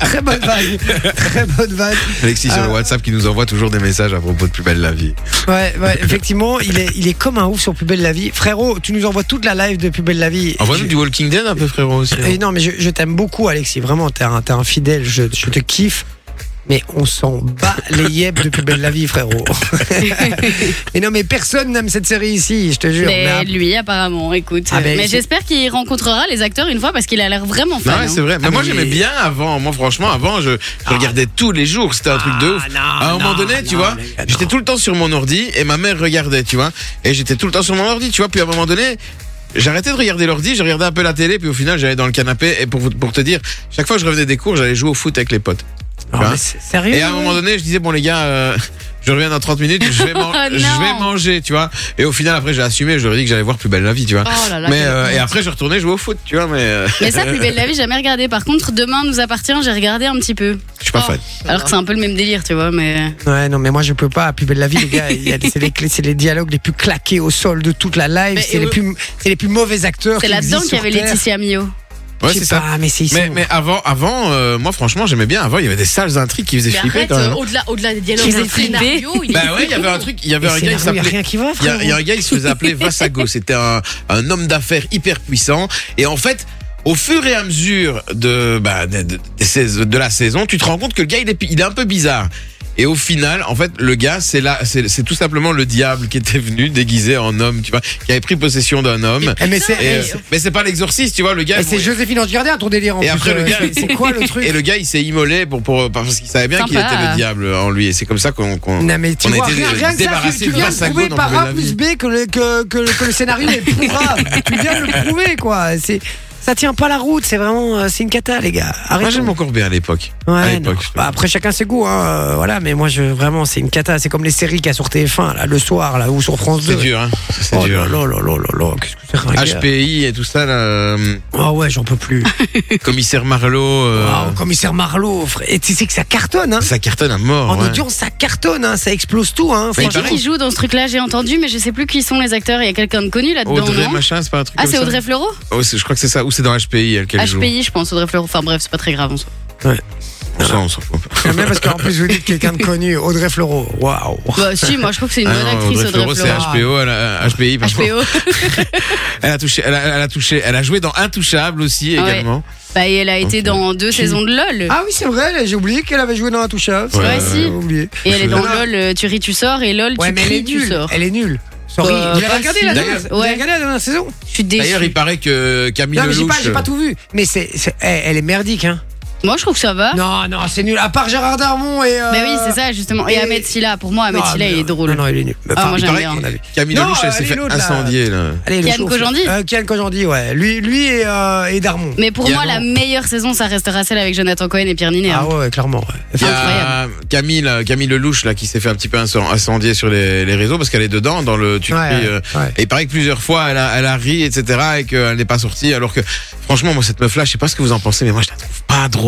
S2: très bonne vague, très bonne vague.
S3: Alexis sur
S2: Ah.
S3: le WhatsApp qui nous envoie toujours des messages à propos de Plus belle la vie.
S2: Ouais, ouais, effectivement, il est, il est comme un ouf sur Plus belle la vie. Frérot, tu nous envoies toute la live de Plus belle la vie.
S3: Envoie-nous
S2: Je-
S3: du Walking Dead un peu, frérot, aussi.
S2: Et non, mais je, je t'aime beaucoup, Alexis. Vraiment, t'es un, t'es un fidèle. Je, je te kiffe. Mais on s'en bat les yeux de plus belle la vie, frérot. mais non, mais personne n'aime cette série ici, je te jure. Mais
S4: Mais
S2: à-
S4: lui, apparemment, écoute.
S2: Ah,
S4: euh,
S2: ben,
S4: mais
S2: c'est-
S4: j'espère qu'il rencontrera les acteurs une fois parce qu'il a l'air vraiment
S3: Non,
S4: fan.
S3: ouais,
S4: hein.
S3: c'est vrai. Mais
S2: Ah,
S3: moi,
S2: mais-
S3: j'aimais bien avant. Moi, franchement, avant, je, je regardais tous les jours. C'était un truc de ouf.
S2: non,
S3: à un moment
S2: non,
S3: donné, tu
S2: non,
S3: vois,
S2: mais non.
S3: j'étais tout le temps sur mon ordi et ma mère regardait, tu vois. Et j'étais tout le temps sur mon ordi, tu vois. Puis à un moment donné, j'arrêtais de regarder l'ordi, je regardais un peu la télé, puis au final, j'allais dans le canapé. Et pour, vous- pour te dire, chaque fois que je revenais des cours, j'allais jouer au foot avec les potes.
S2: Non, ah, mais c'est- sérieux
S3: Hein Et à un moment donné, je disais, bon, les gars, euh, je reviens dans 30 minutes, je vais, man-
S4: Oh, non.
S3: je vais manger, tu vois. Et au final, après, j'ai assumé, je leur ai dit que j'allais voir plus belle la vie, tu vois.
S5: Oh là là,
S3: mais,
S5: quelle
S3: euh, et
S5: honte.
S3: après, je retournais jouer au foot, tu vois, mais euh,
S4: Mais ça, plus belle la vie, j'ai jamais regardé. Par contre, demain nous appartient, j'ai regardé un petit peu.
S3: je suis pas fan.
S4: Alors que c'est un peu le même délire, tu vois, mais.
S2: Ouais, non, mais moi je peux pas. Plus belle la vie, les gars, il y a- c'est les, clés- c'est les dialogues les plus claqués au sol de toute la live.
S5: Mais
S2: C'est
S5: eux-
S2: les, plus- c'est les plus mauvais acteurs.
S4: C'est
S2: qui
S4: là-dedans
S2: existent
S4: qu'il y
S2: sur
S4: avait
S2: Terre.
S4: Laetitia Mio.
S3: Ouais,
S2: Je
S3: c'est
S2: sais
S3: ça.
S2: pas, mais c'est ici.
S3: Mais, mais avant, avant euh, moi franchement j'aimais bien. Avant il y avait des sales intrigues qui faisaient
S5: Mais
S3: flipper
S5: arrête,
S3: quand
S5: euh,
S3: même.
S5: au-delà au-delà des dialogues,
S4: Qui
S5: des
S4: faisait flipper.
S5: scénarios, il-
S3: hein. Bah ouais, il y avait un truc, il y avait un gars qui
S2: il y a
S3: s'appelait.
S2: rien qui va,
S3: Il y,
S2: frérot.
S3: a- il y a un gars, il se faisait appeler Vassago. C'était un, un homme d'affaires hyper puissant. Et en fait, au fur et à mesure de, bah, de, de- des sais- de la saison, tu te rends compte que le gars, il est, pi- il est un peu bizarre. Et au final, en fait, le gars, c'est là, c'est c'est tout simplement le diable qui était venu déguisé en homme, tu vois, qui avait pris possession d'un homme.
S2: Eh, mais c'est.
S3: Et, euh, mais c'est pas l'exorciste, tu vois, le gars.
S2: et c'est
S3: bon,
S2: Joséphine Antigardien, ton délire en
S3: Et
S2: plus.
S3: après, le
S2: euh,
S3: gars-
S2: c'est- C'est quoi le truc
S3: Et le gars, il s'est immolé pour, pour, parce qu'il savait bien qu'il
S4: Sympa.
S3: était le diable en lui. Et c'est comme ça qu'on. qu'on-
S2: Non mais tu
S3: on a
S2: vois,
S3: été
S2: rien, rien que ça, tu-
S3: débarrassé
S2: tu
S3: de
S2: viens de
S3: Vassago
S2: prouver
S3: dans
S2: par
S3: Plus belle
S2: A
S3: la
S2: plus
S3: vie.
S2: B que le, que, que, que le scénario est pourrave. tu viens de le prouver quoi. C'est, ça tient pas la route, c'est vraiment euh, c'est une cata les gars.
S3: Moi,
S2: Arrêtez.
S3: j'aime encore bien à l'époque.
S2: Ouais,
S3: à
S2: non.
S3: l'époque. je te
S2: Bah, après chacun ses goûts hein, euh, voilà mais moi je vraiment c'est une cata, c'est comme les séries qu'il y a sur TF1 là le soir là ou sur France 2.
S3: C'est dur, hein. C'est
S2: Oh
S3: dur.
S2: là là là là là là, qu'est-ce que c'est ringard.
S3: HPI et tout ça, là, euh,
S2: Ah ouais, j'en peux plus.
S3: commissaire Marlowe, euh,
S2: Ah, commissaire Marlowe, frère. et tu sais que ça cartonne hein.
S3: ça cartonne à mort.
S2: En
S3: ouais.
S2: audience, ça cartonne hein, ça explose tout hein.
S3: Mais
S4: C'est
S3: il
S4: qui
S3: paraît-
S4: qui joue dans ce truc-là J'ai entendu, mais je sais plus qui sont les acteurs. Il y a quelqu'un de connu là-dedans,
S3: Audrey,
S4: non
S3: machin, c'est pas un truc
S4: Ah,
S3: comme
S4: c'est
S3: ça
S4: Audrey Fleurot
S3: Oh, c'est- Je crois que c'est ça, ou c'est dans HPI, elle, qu'elle joue.
S4: HPI, je pense, Audrey Fleurot. Enfin bref, c'est pas très grave en soi.
S3: On s'en- on s'en fout.
S2: J'aime bien parce qu'en plus vous dites quelqu'un de connu, Audrey Fleurot. Waouh.
S4: Bah si, moi je trouve que c'est une
S3: Ah
S4: bonne
S3: non,
S4: actrice,
S3: Audrey Fleurot, c'est HPO, elle a- euh, HPI, pardon.
S4: HPO.
S3: Elle a touché, elle a, elle a touché, elle a joué dans Intouchable aussi,
S4: Ah ouais.
S3: également.
S4: Bah, et elle a été dans deux saisons de LOL.
S2: Ah oui, c'est vrai, elle- j'ai oublié qu'elle avait joué dans la touche à.
S3: Ouais,
S4: ouais, si.
S2: J'avais oublié.
S4: Et elle est dans
S2: Non, non.
S4: LOL, euh, tu ris, tu sors, et LOL,
S2: Ouais,
S4: tu
S2: mais elle est
S4: cries, tu
S2: nulle.
S4: sors.
S2: Elle est nulle. Sorry.
S4: Bah,
S2: vous l'avez
S4: pas
S2: regardé,
S4: si
S2: la
S4: nulle.
S2: dernière- vous
S4: Ouais.
S2: l'avez regardé la dernière saison
S4: Je suis
S3: D'ailleurs,
S4: déçue.
S3: il paraît que Camille
S2: Non, mais j'ai pas,
S3: Lelouch- euh,
S2: j'ai pas tout vu. Mais c'est, c'est- elle, elle est merdique, hein.
S4: Moi je trouve que ça va.
S2: Non, non, c'est nul. À part Gérard Darmon et. euh,
S4: Ah. Mais oui, c'est ça justement. Et
S2: et-
S4: Ahmed Silla, pour moi, Ahmed
S2: non,
S4: Silla,
S2: mais-
S4: il est drôle.
S2: Non, non, il est nul.
S4: Ah,
S2: Enfin,
S4: moi
S3: il
S4: j'aime
S3: paraît
S4: bien.
S3: que Camille
S2: Non,
S3: Lelouch, elle s'est
S2: allez,
S3: fait
S2: l'autre, là.
S3: incendier, là.
S2: allez, le
S4: Kian
S2: chauffe.
S4: Kojandi
S2: Euh, Kian Kojandi, ouais. Lui, lui et, euh, et Darmon.
S4: Mais pour
S3: Il y a
S4: moi, la
S3: non.
S4: meilleure saison, ça restera celle avec Jonathan Cohen et Pierre Ninet. hein.
S2: Ah ouais, ouais, clairement. ouais.
S3: Il y a
S4: Incroyable.
S3: Camille, là, Camille Lelouch là qui s'est fait un petit peu incen- incendier sur les, les réseaux parce qu'elle est dedans dans le tu
S2: Ouais,
S3: te dis,
S2: ouais,
S3: euh,
S2: ouais.
S3: et il paraît que plusieurs fois elle a, elle a ri etc et qu'elle n'est pas sortie alors que franchement moi cette meuf là je sais pas ce que vous en pensez mais moi je la trouve pas drôle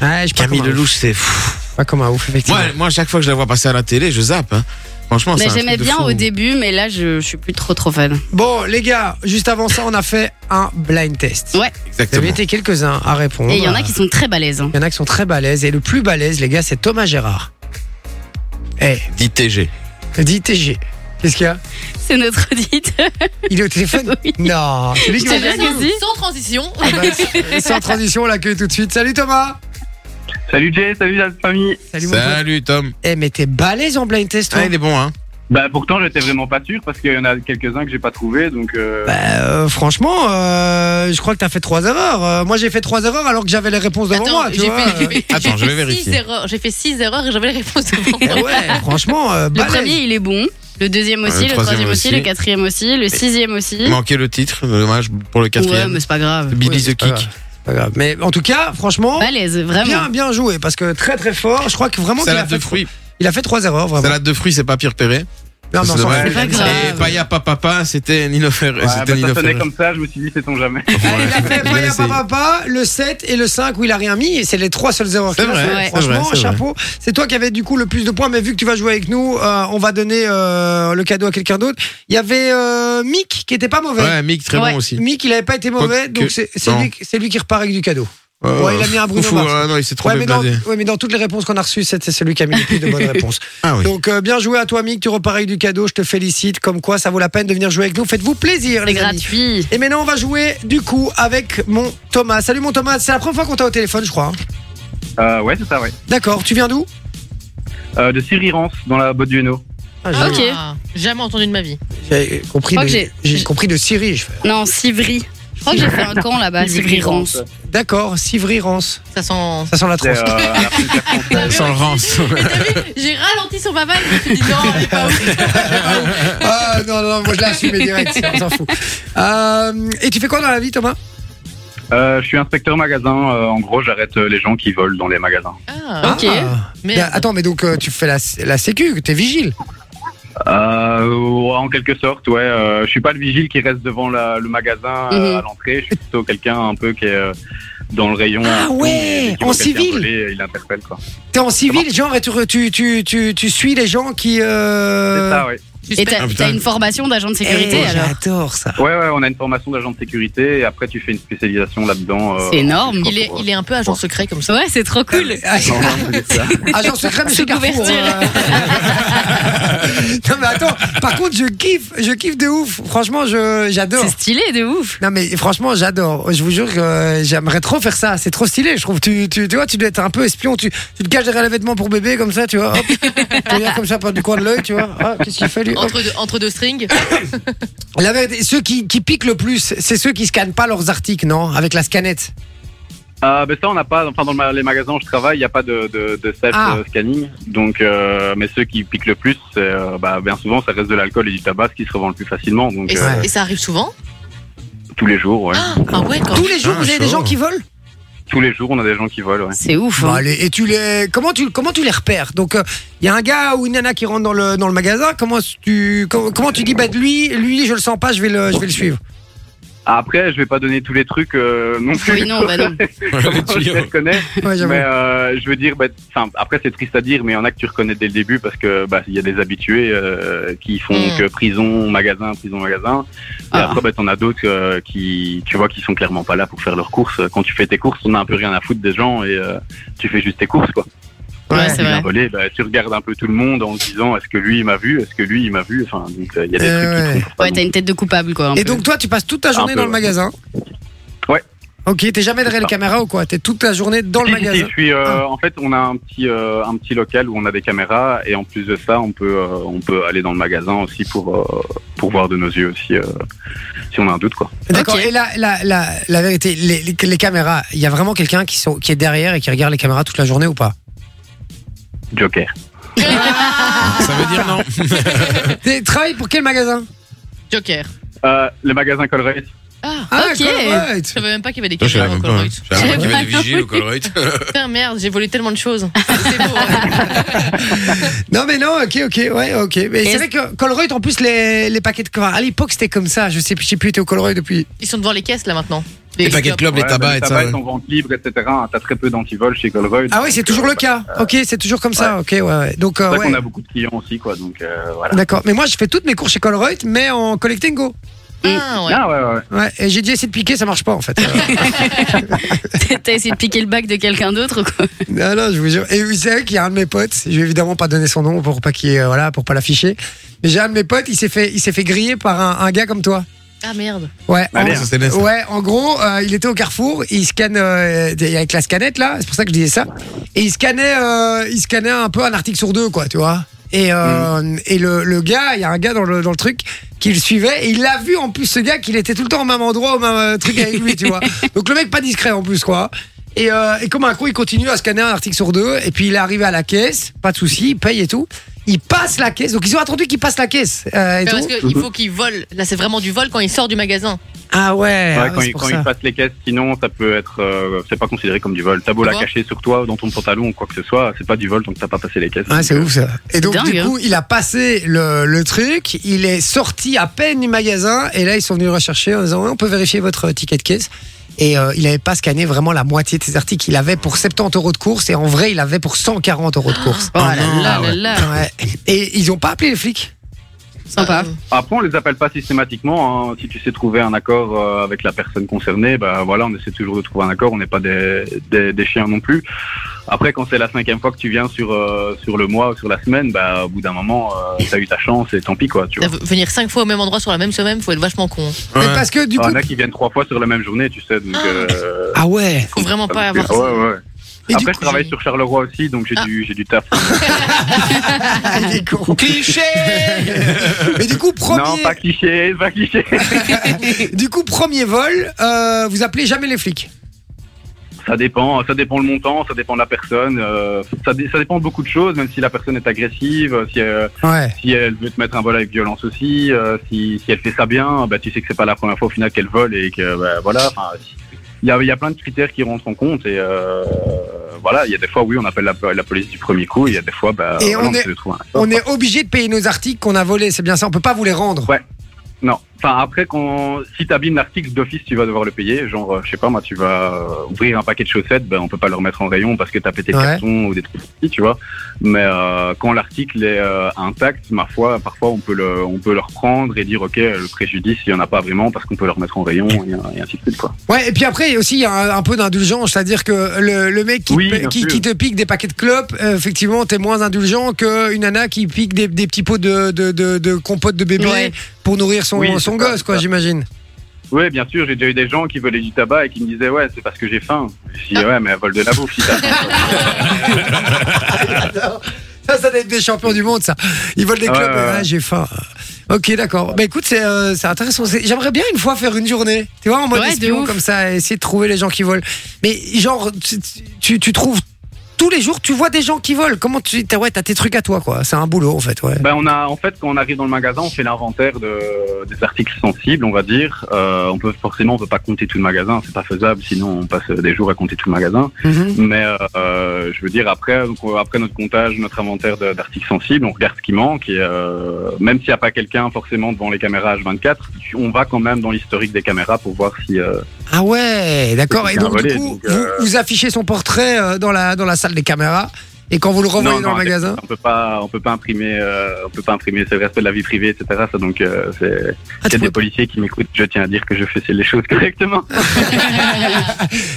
S2: Ouais, je suis pas
S3: Camille
S2: comme un ouf.
S3: Lelouch c'est fou.
S2: Pas comme un ouf, effectivement.
S3: moi moi à chaque fois que je la vois passer à la télé je zappe hein. franchement c'est
S4: Mais
S3: un
S4: j'aimais
S3: truc de
S4: bien
S3: fou.
S4: au début, mais là, je, je suis plus trop trop fan.
S2: Bon, les gars, juste avant ça, on a fait un blind test. Vous
S4: Ouais.
S2: avez
S3: exactement
S2: été quelques-uns à répondre.
S4: Et il y en
S3: bah.
S4: a qui sont très balèzes. hein.
S2: Il y en a qui sont très balèzes. Et le plus balèze, les gars, c'est Thomas Gérard. Eh,
S3: dit TG
S2: dit TG. Qu'est-ce qu'il y a
S4: C'est notre auditeur.
S2: Il est au téléphone Non, celui
S4: Je
S2: qui
S4: te
S2: m'a
S4: jure que si.
S5: Sans transition.
S2: Bah, sans transition, on l'accueille tout de suite. Salut Thomas
S11: Salut Jay, salut la famille.
S2: Salut mon pote.
S3: Salut Tom.
S2: Eh mais t'es balèze en blind test toi
S3: Ah, il est bon, hein
S11: Bah pourtant j'étais vraiment pas sûr parce qu'il y en a quelques-uns que j'ai pas trouvé donc euh,
S2: Bah, euh, franchement, euh, je crois que t'as fait trois erreurs. Euh, moi j'ai fait trois erreurs alors que j'avais les réponses devant
S5: Attends,
S2: moi, tu
S5: j'ai
S2: vois.
S5: fait, j'ai
S3: Attends, je
S5: fait
S3: vais vérifier.
S5: six erreurs. J'ai fait 6 erreurs et j'avais les réponses devant moi.
S2: Eh ouais, franchement, euh,
S4: Le
S2: balèze.
S4: premier, il est bon. Le deuxième
S3: Ah,
S4: aussi,
S3: le
S4: le
S3: troisième
S4: troisième aussi,
S3: aussi.
S4: le quatrième aussi, le sixième aussi.
S3: Manqué le titre, dommage pour le
S4: Hmm Ouais,
S3: quatrième.
S4: mais c'est pas grave.
S3: Billy the
S2: pas grave.
S3: Kick.
S2: C'est pas grave. Mais en tout cas, franchement,
S4: Balèze,
S2: bien,
S4: vraiment.
S2: bien joué parce que très très fort. Je crois que vraiment qu'il a
S3: Salade de
S2: fait,
S3: fruits.
S2: il a fait trois erreurs vraiment.
S3: Salade de fruits, c'est pas pire repéré.
S2: Non, mais on
S3: C'est
S2: s'en
S3: dommage.
S2: fout.
S4: pas grave.
S3: Et Paya Papa, Papa, c'était Nino Ferrer.
S11: ouais, bah,
S3: c'était Nino
S11: ça sonnait
S3: Ferrer.
S11: comme ça, je me suis dit c'est ton jamais.
S2: Allez, il a
S3: Ouais,
S2: fait
S3: bien
S2: Paya
S3: essayé.
S2: Papa, Papa, le 7 et le 5 où il a rien mis et c'est les trois seules erreurs
S3: C'est
S2: qu'il a
S3: vrai,
S2: fait.
S4: c'est
S2: Franchement,
S3: vrai, c'est
S2: chapeau. C'est toi qui avais du coup le plus de points, mais vu que tu vas jouer avec nous, euh, on va donner euh, le cadeau à quelqu'un d'autre. Il y avait euh, Mick qui était pas mauvais.
S3: Ouais, Mick, très
S4: Ouais.
S3: bon aussi.
S2: Mick, il avait pas été mauvais,
S3: Quoique-
S2: donc c'est c'est
S3: non.
S2: lui, c'est lui qui repart avec du cadeau.
S3: Euh,
S2: Ouais, il a mis un Bruno
S3: foufou,
S2: Mars.
S3: euh, non, il s'est
S2: Ouais
S3: trompé
S2: mais, dans,
S3: blasé.
S2: ouais, mais dans toutes les réponses qu'on a reçues, c'était celui qui a mis le plus de bonnes réponses.
S3: Ah oui.
S2: Donc euh, bien joué à toi, Mick. Tu repars avec du cadeau. Je te félicite. Comme quoi, ça vaut la peine de venir jouer avec nous. Faites-vous plaisir,
S4: C'est
S2: les amis.
S4: gratuit.
S2: Et maintenant, on va jouer du coup avec mon Thomas. Salut mon Thomas. C'est la première fois qu'on t'a au téléphone, je crois. hein.
S11: Euh, ouais c'est ça ouais.
S2: D'accord. Tu viens d'où
S11: Euh, de Surirance dans la botte du Hainaut.
S2: Ah,
S5: Ah,
S2: j'ai-
S4: Ok.
S5: Jamais entendu de ma vie.
S2: J'ai compris.
S4: Je crois
S2: de-
S4: que j'ai-
S2: J'ai
S4: j'ai-
S2: compris de Syrie. je fais.
S4: Non, Sivry. Je crois que j'ai fait un camp là-bas, Sivry Rance.
S2: D'accord. Sivry Rance.
S5: Ça sent.
S2: Ça sent la
S11: C'est
S2: transe.
S11: euh, à la frontière française.
S3: Sans le rance.
S5: J'ai ralenti sur ma vanne. Je me suis dit non, elle est pas ouf.
S2: Ah non non, moi je l'ai assumé direct. ça, On s'en fout. Euh, et tu fais quoi dans la vie, Thomas
S11: Euh, je suis inspecteur magasin, euh, en gros j'arrête euh, les gens qui volent dans les magasins.
S5: Ah,
S4: Ok.
S2: Ah.
S5: mais
S2: Mais attends, mais donc euh, tu fais la, la sécu, t'es vigile.
S11: Euh, ouais, en quelque sorte ouais, euh, je suis pas le vigile qui reste devant la- le magasin euh,
S4: Mhm.
S11: à l'entrée, je suis plutôt quelqu'un un peu qui est euh, dans le rayon.
S2: Ah
S11: en dessous,
S2: ouais,
S11: et qui
S2: en
S11: voit quelqu'un
S2: civil.
S11: voler, euh, Il interpelle quoi.
S2: T'es en civil, genre, et tu, re- tu, tu, tu, tu suis les gens qui.
S11: C'est
S2: Euh...
S11: ça ouais.
S4: Et
S5: suspect.
S4: t'as
S3: Ah, putain. Oh,
S4: t'as une formation d'agent de sécurité
S2: Eh,
S4: alors
S2: J'adore ça.
S11: Ouais, ouais, on a une formation d'agent de sécurité et après tu fais une spécialisation là-dedans. euh,
S4: C'est énorme.
S11: en-
S5: Il est, il est un peu agent secret comme ça.
S4: Ouais, c'est trop cool.
S3: Ah,
S2: Ah,
S11: Non, non, c'est ça.
S2: Agent secret, mais
S4: Sous
S2: chez Carrefour.
S4: couverture.
S2: euh. non, mais attends, par contre, je kiffe, je kiffe de ouf. Franchement, je, j'adore.
S4: C'est stylé de ouf.
S2: Non, mais franchement, j'adore. Je vous jure que euh, j'aimerais trop faire ça. C'est trop stylé, je trouve. Tu, tu, tu vois, tu dois être un peu espion. Tu, tu te caches derrière les vêtements pour bébé, comme ça, tu vois. Hop. tu regardes comme ça par du coin de l'œil, tu vois. Ah, qu'est-ce qu'il fait, lui Hop.
S5: Entre deux, entre deux strings.
S2: La vérité, ceux qui, qui piquent le plus, c'est ceux qui scannent pas leurs articles, non Avec la scanette.
S11: Ah, ben ça, on n'a pas. Enfin, dans le ma- les magasins où je travaille, il n'y a pas de, de, de
S2: Ah.
S11: self-scanning. Donc, euh, mais ceux qui piquent le plus, c'est, euh, bah, bien souvent, ça reste de l'alcool et du tabac ce qui se revend le plus facilement. Donc,
S5: Et,
S11: euh,
S5: ça-
S2: Ouais.
S5: et ça arrive souvent.
S11: tous les jours, ouais.
S5: Ah ah ouais, quand
S2: Tous les jours,
S3: Ah,
S2: vous avez des
S3: chaud.
S2: gens qui volent
S11: Tous les jours, on a des gens qui volent, ouais.
S4: C'est ouf.
S3: Bah,
S2: Bon,
S4: hein.
S2: Bah, allez, et tu les comment tu comment tu les repères Donc il y a un gars ou une nana qui rentre dans le dans le magasin. Comment tu com- comment tu dis bah lui lui je le sens pas, je vais le je vais le suivre.
S11: Après, je vais pas donner tous les trucs euh, non plus.
S4: Oui, non, bah non.
S3: Les
S11: je les
S3: tuyaux.
S11: reconnais.
S2: Ouais, Ah, j'avoue.
S11: Mais euh, je veux dire, bah, enfin, après c'est triste à dire, mais il y en a que tu reconnais dès le début parce que bah, il y a des habitués euh, qui font
S5: Mm.
S11: que prison, magasin, prison, magasin. Et
S4: Ah.
S11: après, bah, t'en as d'autres euh, qui, tu vois, qui sont clairement pas là pour faire leurs courses. Quand tu fais tes courses, on a un peu rien à foutre des gens et euh, tu fais juste tes courses, quoi.
S4: Ouais,
S2: Ouais.
S4: c'est
S11: Tu viens
S4: vrai.
S11: voler, bah, tu regardes un peu tout le monde en te disant, est-ce que lui il m'a vu, est-ce que lui il m'a vu. Enfin, donc, euh, il y a des
S2: Euh,
S11: trucs qui
S2: ouais.
S11: te confortent pas
S4: Ouais, t'as une tête de coupable quoi. un
S2: Et
S4: peu.
S2: donc toi tu passes toute ta journée
S11: peu,
S2: dans le
S11: ouais.
S2: magasin.
S11: Ouais. Ah.
S2: Ok, t'es jamais derrière les caméras ou quoi T'es toute la journée dans le
S11: Si, si, si,
S2: magasin. Ah.
S11: je suis, euh, En fait, on a un petit, euh, un petit local où on a des caméras et en plus de ça, on peut, euh, on peut aller dans le magasin aussi pour, euh, pour voir de nos yeux aussi euh, si on a un doute quoi.
S2: D'accord.
S4: Ok.
S2: Et la la la, la vérité, les, les, les caméras, il y a vraiment quelqu'un qui sont qui est derrière et qui regarde les caméras toute la journée ou pas
S11: Joker.
S2: Ah.
S3: Ça veut dire non.
S2: T'es- Travaille pour quel magasin
S5: Joker.
S11: Euh, le magasin Colruyt.
S5: Ah,
S2: Ah,
S4: Ok.
S5: je
S2: Colruyt.
S5: savais même pas qu'il y avait des
S3: Toi, je savais
S5: caméras au
S3: même pas. hein.
S5: Colruyt.
S3: Je savais pas qu'il y avait des vigiles au Colruyt.
S5: Putain, merde, j'ai volé tellement de choses. C'est beau. hein.
S2: Non mais non, ok, ok, ouais, ok. Mais c'est
S4: est-ce-
S2: vrai que Colruyt, en plus les, les paquets de quoi à l'époque c'était comme ça. Je sais plus, j'ai plus été au Colruyt depuis.
S5: Ils sont devant les caisses là maintenant.
S3: Les paquets de clubs, les
S11: Ouais, ben, bah,
S3: tabacs
S11: les
S3: Ah, et ça.
S11: tabacs sont vente libre, etc. hein, T'as très peu d'antivol chez Colruyt.
S2: Ah oui, c'est
S11: Donc,
S2: toujours
S11: euh,
S2: le cas. Ok, c'est toujours comme ça. Ok, ouais. ouais. Donc euh,
S11: C'est vrai
S2: ouais.
S11: qu'on a beaucoup de clients aussi quoi. Donc euh, voilà.
S2: D'accord. Mais moi, je fais toutes mes cours chez Colruyt, mais en collecting go.
S5: Ah, ouais.
S11: Ah ouais, ouais, ouais.
S2: Ouais. Et j'ai déjà essayé de piquer, ça marche pas en fait. Euh,
S4: T'as essayé de piquer le bac de quelqu'un d'autre quoi.
S2: non, non, je vous jure. Et vous savez qu'il y a un de mes potes. Je vais évidemment pas donner son nom pour pas qu'il, euh, voilà, pour pas l'afficher. Mais j'ai un de mes potes, il s'est fait, il s'est fait griller par un, un gars comme toi.
S5: Ah merde.
S2: Ouais,
S3: Ah,
S2: en,
S3: merde, c'est bien, ça.
S2: ouais, en gros, euh, il était au carrefour, il scanne euh, avec la scanette là, c'est pour ça que je disais ça, et il scannait, euh, il scannait un peu un article sur deux, quoi, tu vois. Et, euh,
S11: Mhm.
S2: et le, le gars, il y a un gars dans le, dans le truc qui le suivait, et il l'a vu en plus ce gars qu'il était tout le temps au même endroit, au même euh, truc avec lui, tu vois. Donc le mec pas discret en plus, quoi. Et, euh, et comme un con, il continue à scanner un article sur deux, et puis il est arrivé à la caisse, pas de souci, il paye et tout. Il passe la caisse, donc ils ont attendu qu'il passe la caisse. euh, et
S5: Mais
S2: tout.
S5: parce qu'il faut qu'il vole. Là, c'est vraiment du vol quand il sort du magasin.
S2: Ah ouais,
S11: Ouais,
S2: ah ouais,
S11: quand
S2: c'est
S11: il,
S2: pour
S11: quand
S2: ça.
S11: il passe les caisses, sinon ça peut être, euh, c'est pas considéré comme du vol. T'as beau la
S5: Comment
S11: cacher sur toi, dans ton pantalon ou quoi que ce soit, c'est pas du vol tant que t'as pas passé les caisses.
S2: Ouais, c'est ouf ça. Et donc,
S4: dingue,
S2: du
S4: hein.
S2: coup, il a passé le, le truc, il est sorti à peine du magasin, et là, ils sont venus le rechercher en disant Ouais, On peut vérifier votre ticket de caisse. Et euh, il n'avait pas scanné vraiment la moitié de ses articles. Il avait pour 70 euros de course, et en vrai, il avait pour 140 euros de course.
S4: Oh là là là
S3: ouais.
S4: là.
S2: Ouais. Et ils n'ont pas appelé les flics.
S4: Sympa.
S5: euh,
S11: Après, on les appelle pas systématiquement. hein. Si tu sais trouver un accord euh, avec la personne concernée, bah voilà, on essaie toujours de trouver un accord. On n'est pas des, des, des chiens non plus. Après, quand c'est la cinquième fois que tu viens sur euh, sur le mois ou sur la semaine, bah au bout d'un moment, euh, t'as eu ta chance et tant pis quoi. Tu
S5: Là,
S11: vois.
S5: v- venir cinq fois au même endroit sur la même semaine, faut être vachement con.
S2: Mais
S3: Ouais.
S2: parce que du
S11: Ah, Il
S2: coup.
S11: y en a qui viennent trois fois sur la même journée, tu sais. Donc, euh,
S2: Ah ouais.
S5: Faut vraiment pas
S11: ça me fait-
S5: avoir ça.
S11: Ouais, ouais.
S2: Et du
S11: Après, je
S2: coup- Ah.
S11: travaille sur Charleroi aussi, donc j'ai du j'ai du taf.
S4: Ah,
S2: il est con.
S3: Cliché
S2: Mais du coup, premier,
S11: Non, pas cliché, pas cliché.
S2: du coup, premier vol, euh, vous appelez jamais les flics.
S11: Ça dépend, ça dépend le montant, ça dépend de la personne, euh, ça, dé- ça dépend de beaucoup de choses, même si la personne est agressive, euh, si elle,
S2: Ouais.
S11: si elle veut te mettre un vol avec violence aussi, euh, si, si elle fait ça bien, bah, tu sais que c'est pas la première fois au final qu'elle vole et que bah, voilà. enfin, Il y a, il y a plein de critères qui rentrent en compte et euh, voilà, il y a des fois oui on appelle la, la police du premier coup, et il y a des fois bah,
S2: Et
S11: voilà,
S2: on est-
S11: se trouve un accord,
S2: On est obligé de payer nos articles qu'on a volés, c'est bien ça, on peut pas vous les rendre.
S11: Non. Enfin, après, quand... si t'abîmes l'article d'office, tu vas devoir le payer. Genre, euh, je sais pas, moi, tu vas euh, ouvrir un paquet de chaussettes, ben, on peut pas le remettre en rayon parce que t'as pété le
S2: Ouais.
S11: carton ou des trucs petits, tu vois. Mais euh, quand l'article est euh, intact, ma foi, parfois, on peut, le, on peut le reprendre et dire, OK, le préjudice, il y en a pas vraiment parce qu'on peut le remettre en rayon et, et ainsi de suite, quoi.
S2: Ouais, et puis après, aussi, il y a un, un peu d'indulgence, c'est-à-dire que le, le mec qui,
S11: Oui,
S2: te-
S11: bien
S2: qui,
S11: sûr.
S2: qui te pique des paquets de clopes, euh, effectivement, t'es moins indulgent qu'une nana qui pique des, des petits pots de, de, de, de compote de bébé
S5: Ouais.
S2: pour nourrir son,
S11: Oui,
S2: son
S11: c'est ça,
S2: gosse,
S11: c'est
S2: quoi,
S11: ça.
S2: j'imagine.
S11: Oui, bien sûr, j'ai déjà eu des gens qui volaient du tabac et qui me disaient, ouais, c'est parce que j'ai faim. Je dis, ouais, mais elle vole de la bouffe, si t'as faim.
S2: Ça, ça doit être des champions du monde, ça. Ils volent des
S11: Ouais,
S2: clopes,
S11: ouais, ouais.
S2: Ah, j'ai faim. Ok, d'accord. Bah écoute, c'est euh, c'est intéressant. C'est- J'aimerais bien une fois faire une journée, tu vois, en mode
S4: Ouais, de
S2: espion,
S4: ouf.
S2: comme ça, essayer de trouver les gens qui volent. Mais genre, tu, tu, tu trouves tous les jours, tu vois des gens qui volent. Comment tu. T'as ouais, t'as tes trucs à toi, quoi. C'est un boulot, en fait, ouais.
S11: Ben on a en fait quand on arrive dans le magasin, on fait l'inventaire de, des articles sensibles, on va dire. Euh, on peut forcément, on peut pas compter tout le magasin, c'est pas faisable, sinon on passe des jours à compter tout le magasin.
S2: Mhm.
S11: Mais euh, je veux dire après, donc, euh, après notre comptage, notre inventaire de- d'articles sensibles, on regarde ce qui manque et euh, même s'il n'y a pas quelqu'un forcément devant les caméras H24, tu- on va quand même dans l'historique des caméras pour voir si. euh,
S2: Ah ouais, d'accord.
S11: C'est
S2: Et donc,
S11: un relais,
S2: du coup,
S11: donc, euh,
S2: vous, vous affichez son portrait euh, dans, la, dans la salle des caméras. Et quand vous le renvoyez
S11: Non,
S2: dans
S11: non,
S2: le
S11: avec-
S2: magasin.
S11: on peut pas, on peut pas imprimer, euh, on peut pas imprimer, c'est le respect de la vie privée, etc. Ça donc euh, c'est.
S2: Ah,
S11: Il y
S2: tu
S11: a des
S2: peux-
S11: policiers qui m'écoutent, je tiens à dire que je fais les choses correctement.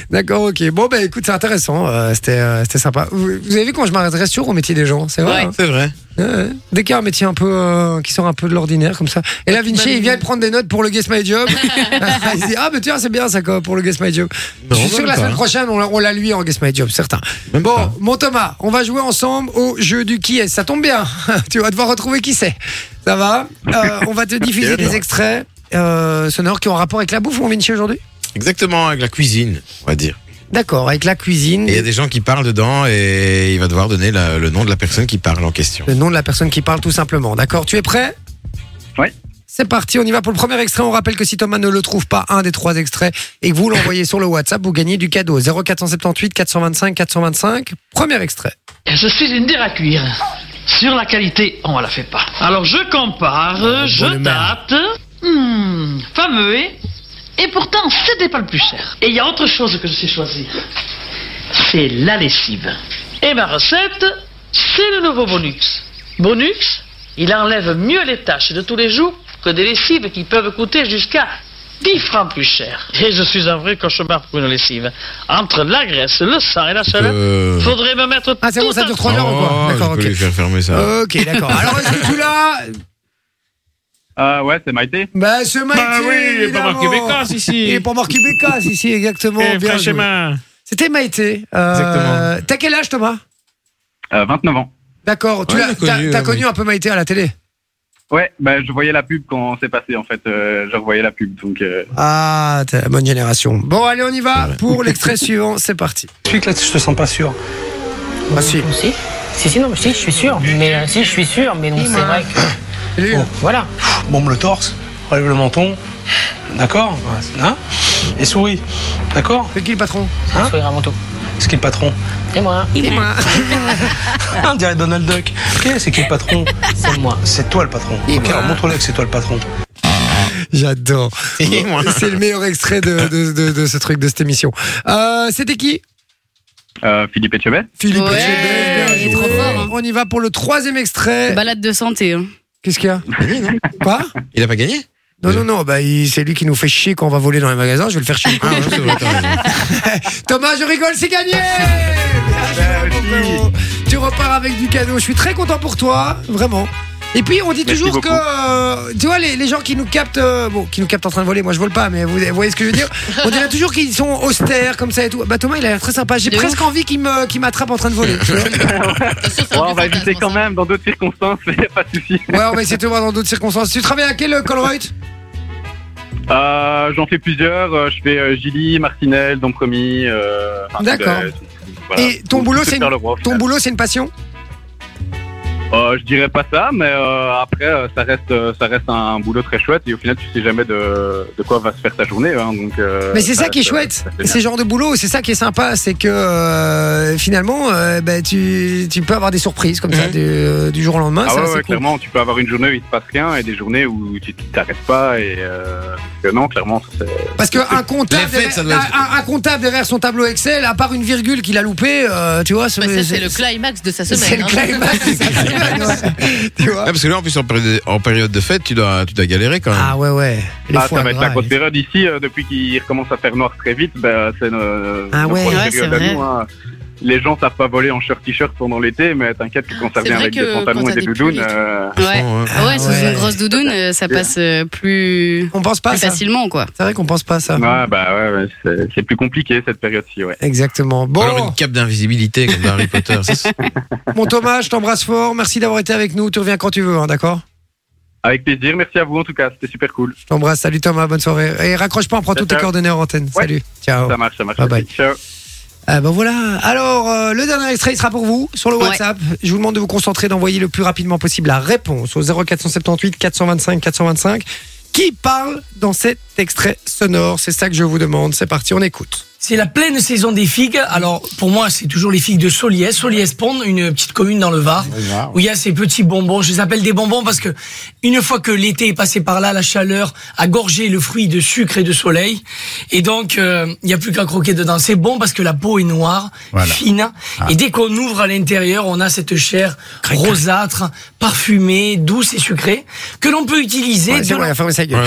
S2: D'accord, ok. Bon, bah écoute, c'est intéressant. euh, C'était euh, c'était sympa. Vous, vous avez vu quand je m'arrêterais toujours au métier des gens, c'est vrai. hein
S3: C'est vrai.
S2: Ouais, ouais. Dès qu'il y a un métier un peu euh, qui sort un peu de l'ordinaire comme ça. Et là, Vinci, il vient de prendre des notes pour le Guess My Job. il se dit Ah, mais tiens, c'est bien ça quoi, pour le Guess My Job. Je suis sûr que la semaine prochaine, on l'a- on l'a lui en Guess My Job, certain. Bon, mon Thomas, on va jouer ensemble au jeu du qui est. Ça tombe bien. tu vas devoir retrouver qui c'est. Ça va Euh, On va te diffuser des extraits euh, sonores qui ont rapport avec la bouffe, mon Vinci, aujourd'hui
S3: Exactement, avec la cuisine, on va dire.
S2: D'accord, avec la cuisine.
S3: Et il y a des gens qui parlent dedans et il va devoir donner la- le nom de la personne qui parle en question.
S2: Le nom de la personne qui parle tout simplement. D'accord Tu es prêt
S11: Oui.
S2: C'est parti, on y va pour le premier extrait. On rappelle que si Thomas ne le trouve pas, un des trois extraits, et que vous l'envoyez sur le WhatsApp, vous gagnez du cadeau. 0478 425 425. Premier extrait.
S12: Je suis une bière à cuire. Sur la qualité, on ne la fait pas. Alors je compare,
S2: le
S12: je
S2: maire.
S12: tâte. Hmm, fameux, hein Et pourtant, c'était pas le plus cher. Et il y a autre chose que je sais choisir. C'est la lessive. Et ma recette, c'est le nouveau Bonux. Bonux, il enlève mieux les tâches de tous les jours que des lessives qui peuvent coûter jusqu'à 10 francs plus cher. Et je suis un vrai cauchemar pour une lessive. Entre la graisse, le sang et la chaleur,
S3: Euh,
S12: faudrait me mettre
S2: Ah, c'est bon,
S12: tout
S2: ça
S12: un
S2: dure trois heures ou quoi
S3: Oh, je
S2: D'accord,
S3: peux
S2: ok. Euh.
S3: lui faire fermer ça.
S2: Ok, d'accord. Alors, est-ce que tu l'as
S11: Ah ouais, c'est Maïté
S2: Bah, ce Maïté
S11: Bah oui, il est pas
S2: évidemment.
S11: mort québécois, ici.
S2: Il est pas mort québécois, ici, exactement.
S11: Eh,
S2: Bien
S11: frère
S2: joué.
S11: Chemin.
S2: C'était Maïté. Euh,
S11: Exactement.
S2: T'as quel âge, Thomas
S11: Euh, 29 ans.
S2: D'accord, tu
S11: Ouais,
S2: l'as
S11: je l'ai
S2: t'as-
S11: connu,
S2: t'as
S11: euh,
S2: connu
S11: oui.
S2: un peu Maïté à la télé
S11: Ouais, bah, je voyais la pub quand c'est passé en fait. Euh, je revoyais la pub donc. euh,
S2: Ah, t'es la bonne génération. Bon, allez, on y va pour l'extrait suivant, c'est parti.
S13: Je suis que là, je te sens pas sûr.
S2: Bah si.
S13: Si, si, si, non, mais si, je suis sûr. Mais euh, si, je suis sûr, mais non,
S2: Oui,
S13: c'est
S2: moi.
S13: vrai que. Bon, voilà. Bombe le torse, relève le menton. D'accord Ouais, hein Et souris. D'accord
S2: C'est qui le patron
S13: hein Sourire à manteau. C'est qui le patron C'est moi.
S2: Et moi.
S13: On dirait Donald Duck. Ok, c'est qui le patron C'est moi. C'est toi le patron. Ok, alors montre-le que c'est toi le patron.
S2: J'adore.
S13: Et moi.
S2: C'est le meilleur extrait de, de- de- de ce truc, de cette émission. Euh, C'était qui
S11: euh, Philippe Etchebest
S2: Philippe
S4: Ouais,
S2: Etchebest, bien
S4: il est trop
S2: joué.
S4: fort, hein.
S2: On y va pour le troisième extrait.
S4: Euh, Balade de santé. hein.
S2: Qu'est-ce qu'il y a Quoi
S3: Il a pas gagné
S2: Non, non, non, bah, il- c'est lui qui nous fait chier quand on va voler dans les magasins, je vais le faire
S13: Ah,
S2: chier. Thomas, je rigole, c'est gagné
S13: Ah,
S2: Bien joué, mon frérot. Tu repars avec du cadeau, je suis très content pour toi, vraiment. Et puis on dit
S13: Merci
S2: toujours
S13: beaucoup.
S2: que, euh, tu vois, les, les gens qui nous captent, euh, bon, qui nous captent en train de voler, moi je vole pas, mais vous, vous voyez ce que je veux dire On dirait toujours qu'ils sont austères comme ça et tout. Bah Thomas, il a l'air très sympa, j'ai
S5: De
S2: presque envie qu'il me- qu'il m'attrape en train de voler. tu vois.
S11: Ouais, on va éviter quand même dans d'autres circonstances, mais pas de souci.
S2: ouais, on va essayer de te voir dans d'autres circonstances. Tu travailles à quel Colruyt
S11: Euh, J'en fais plusieurs. euh, Je fais euh, Gilly, Martinel, Don Promis. euh, enfin,
S2: D'accord.
S11: euh, voilà.
S2: Et ton
S11: Tout-
S2: boulot,
S11: tout
S2: c'est
S11: faire
S2: une-
S11: le roi, au
S2: ton
S11: final.
S2: boulot, c'est une passion
S11: Euh, Je dirais pas ça, mais euh, après, euh, ça reste, euh, ça reste un boulot très chouette. Et au final, tu sais jamais de, de quoi va se faire ta journée. hein, donc. euh,
S2: Mais c'est ça qui est
S11: reste,
S2: chouette,
S11: euh, ça, c'est
S2: c'est ce genre de boulot, c'est ça qui est sympa, c'est que euh, finalement, euh, ben, tu, tu peux avoir des surprises comme ça du, euh, du jour au lendemain.
S11: Mhm. Ah
S2: ça,
S11: ouais,
S2: c'est
S11: ouais,
S2: cool.
S11: clairement, tu peux avoir une journée où il se passe rien et des journées où tu tu t'arrêtes pas et euh, que non, clairement, ça, c'est-
S2: Parce qu'un comptable,
S11: Les fêtes, ça doit
S2: derrière-
S11: être-
S2: un, un- un comptable derrière son tableau Excel, à part une virgule qu'il a loupée, euh, tu vois, ce-
S5: Bah, ça, c'est
S2: c'est-
S5: le climax de sa
S2: c'est
S5: semaine.
S2: le
S5: hein.
S2: climax de sa semaine, ouais. Tu vois.
S3: Ouais, Ah, parce que là, en plus, en période, en période de fête, tu dois, tu dois galérer quand même.
S2: Ah ouais, ouais. Les
S11: Ah,
S2: foies
S11: ça va être
S2: gras,
S11: la grosse période ici, euh, depuis qu'il recommence à faire noir très vite, bah, c'est euh,
S2: Ah ouais, ouais, c'est
S11: période à
S2: vrai.
S11: nous, hein. Les gens savent pas voler en shirt t-shirt pendant l'été, mais t'inquiète que quand ça
S4: C'est
S11: vient
S4: vrai
S11: avec
S4: que
S11: des
S4: quand
S11: pantalons et
S4: t'as
S11: des
S4: des pulls et
S11: doudounes, euh,
S4: Ouais.
S3: hein.
S4: Ah ouais, sous
S2: ouais.
S4: une grosse doudoune, euh, ça passe euh, plus.
S2: On pense pas
S4: plus
S2: ça.
S4: facilement, quoi.
S2: C'est vrai qu'on pense pas à ça.
S11: ouais, bah ouais, ouais, c'est- c'est plus compliqué cette période-ci, ouais.
S2: Exactement. Bon,
S3: Alors, une cape d'invisibilité comme dans Harry Potter. c'est-
S2: mon Thomas, je t'embrasse fort. Merci d'avoir été avec nous. Tu reviens quand tu veux, hein, d'accord
S11: Avec plaisir, merci à vous en tout cas, c'était super cool.
S2: Je t'embrasse. Salut Thomas, bonne soirée. Et raccroche pas, on prend toutes tes
S11: Ciao.
S2: coordonnées en antenne.
S11: Ouais.
S2: Salut. Ciao.
S11: Ça marche, ça marche.
S2: Bye bye.
S11: Ciao.
S2: Ah ben voilà. Alors, euh, le dernier extrait, il sera pour vous sur le
S4: Ouais.
S2: WhatsApp. Je vous demande de vous concentrer, d'envoyer le plus rapidement possible la réponse au 0478 425 425. Qui parle dans cet extrait sonore C'est ça que je vous demande. C'est parti, on écoute.
S13: C'est la pleine saison des figues. Alors, pour moi, c'est toujours les figues de Soliès. Soliès-Pont, une petite commune dans le Var, où il y a ces petits bonbons. Je les appelle des bonbons parce que, une fois que l'été est passé par là, la chaleur a gorgé le fruit de sucre et de soleil. Et donc, euh, il n'y a plus qu'à croquer dedans. C'est bon parce que la peau est noire,
S14: Voilà.
S13: fine.
S2: Ah.
S13: Et dès qu'on ouvre à l'intérieur, on a cette chair rosâtre, parfumée, douce et sucrée, que l'on peut utiliser.
S2: Ouais, c'est
S13: de-
S2: bon, il a fermé sa gueule.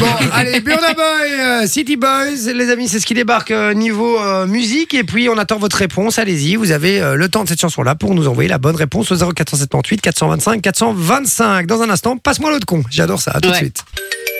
S2: Bon, allez, Burna Boy, euh, City Boys, les amis, c'est ce qui débarque euh, niveau euh, musique. Et puis, on attend votre réponse. Allez-y, vous avez euh, le temps de cette chanson-là pour nous envoyer la bonne réponse au 0478 425 425. Dans un instant, passe-moi l'autre con. J'adore ça. À tout de
S4: Ouais.
S2: suite.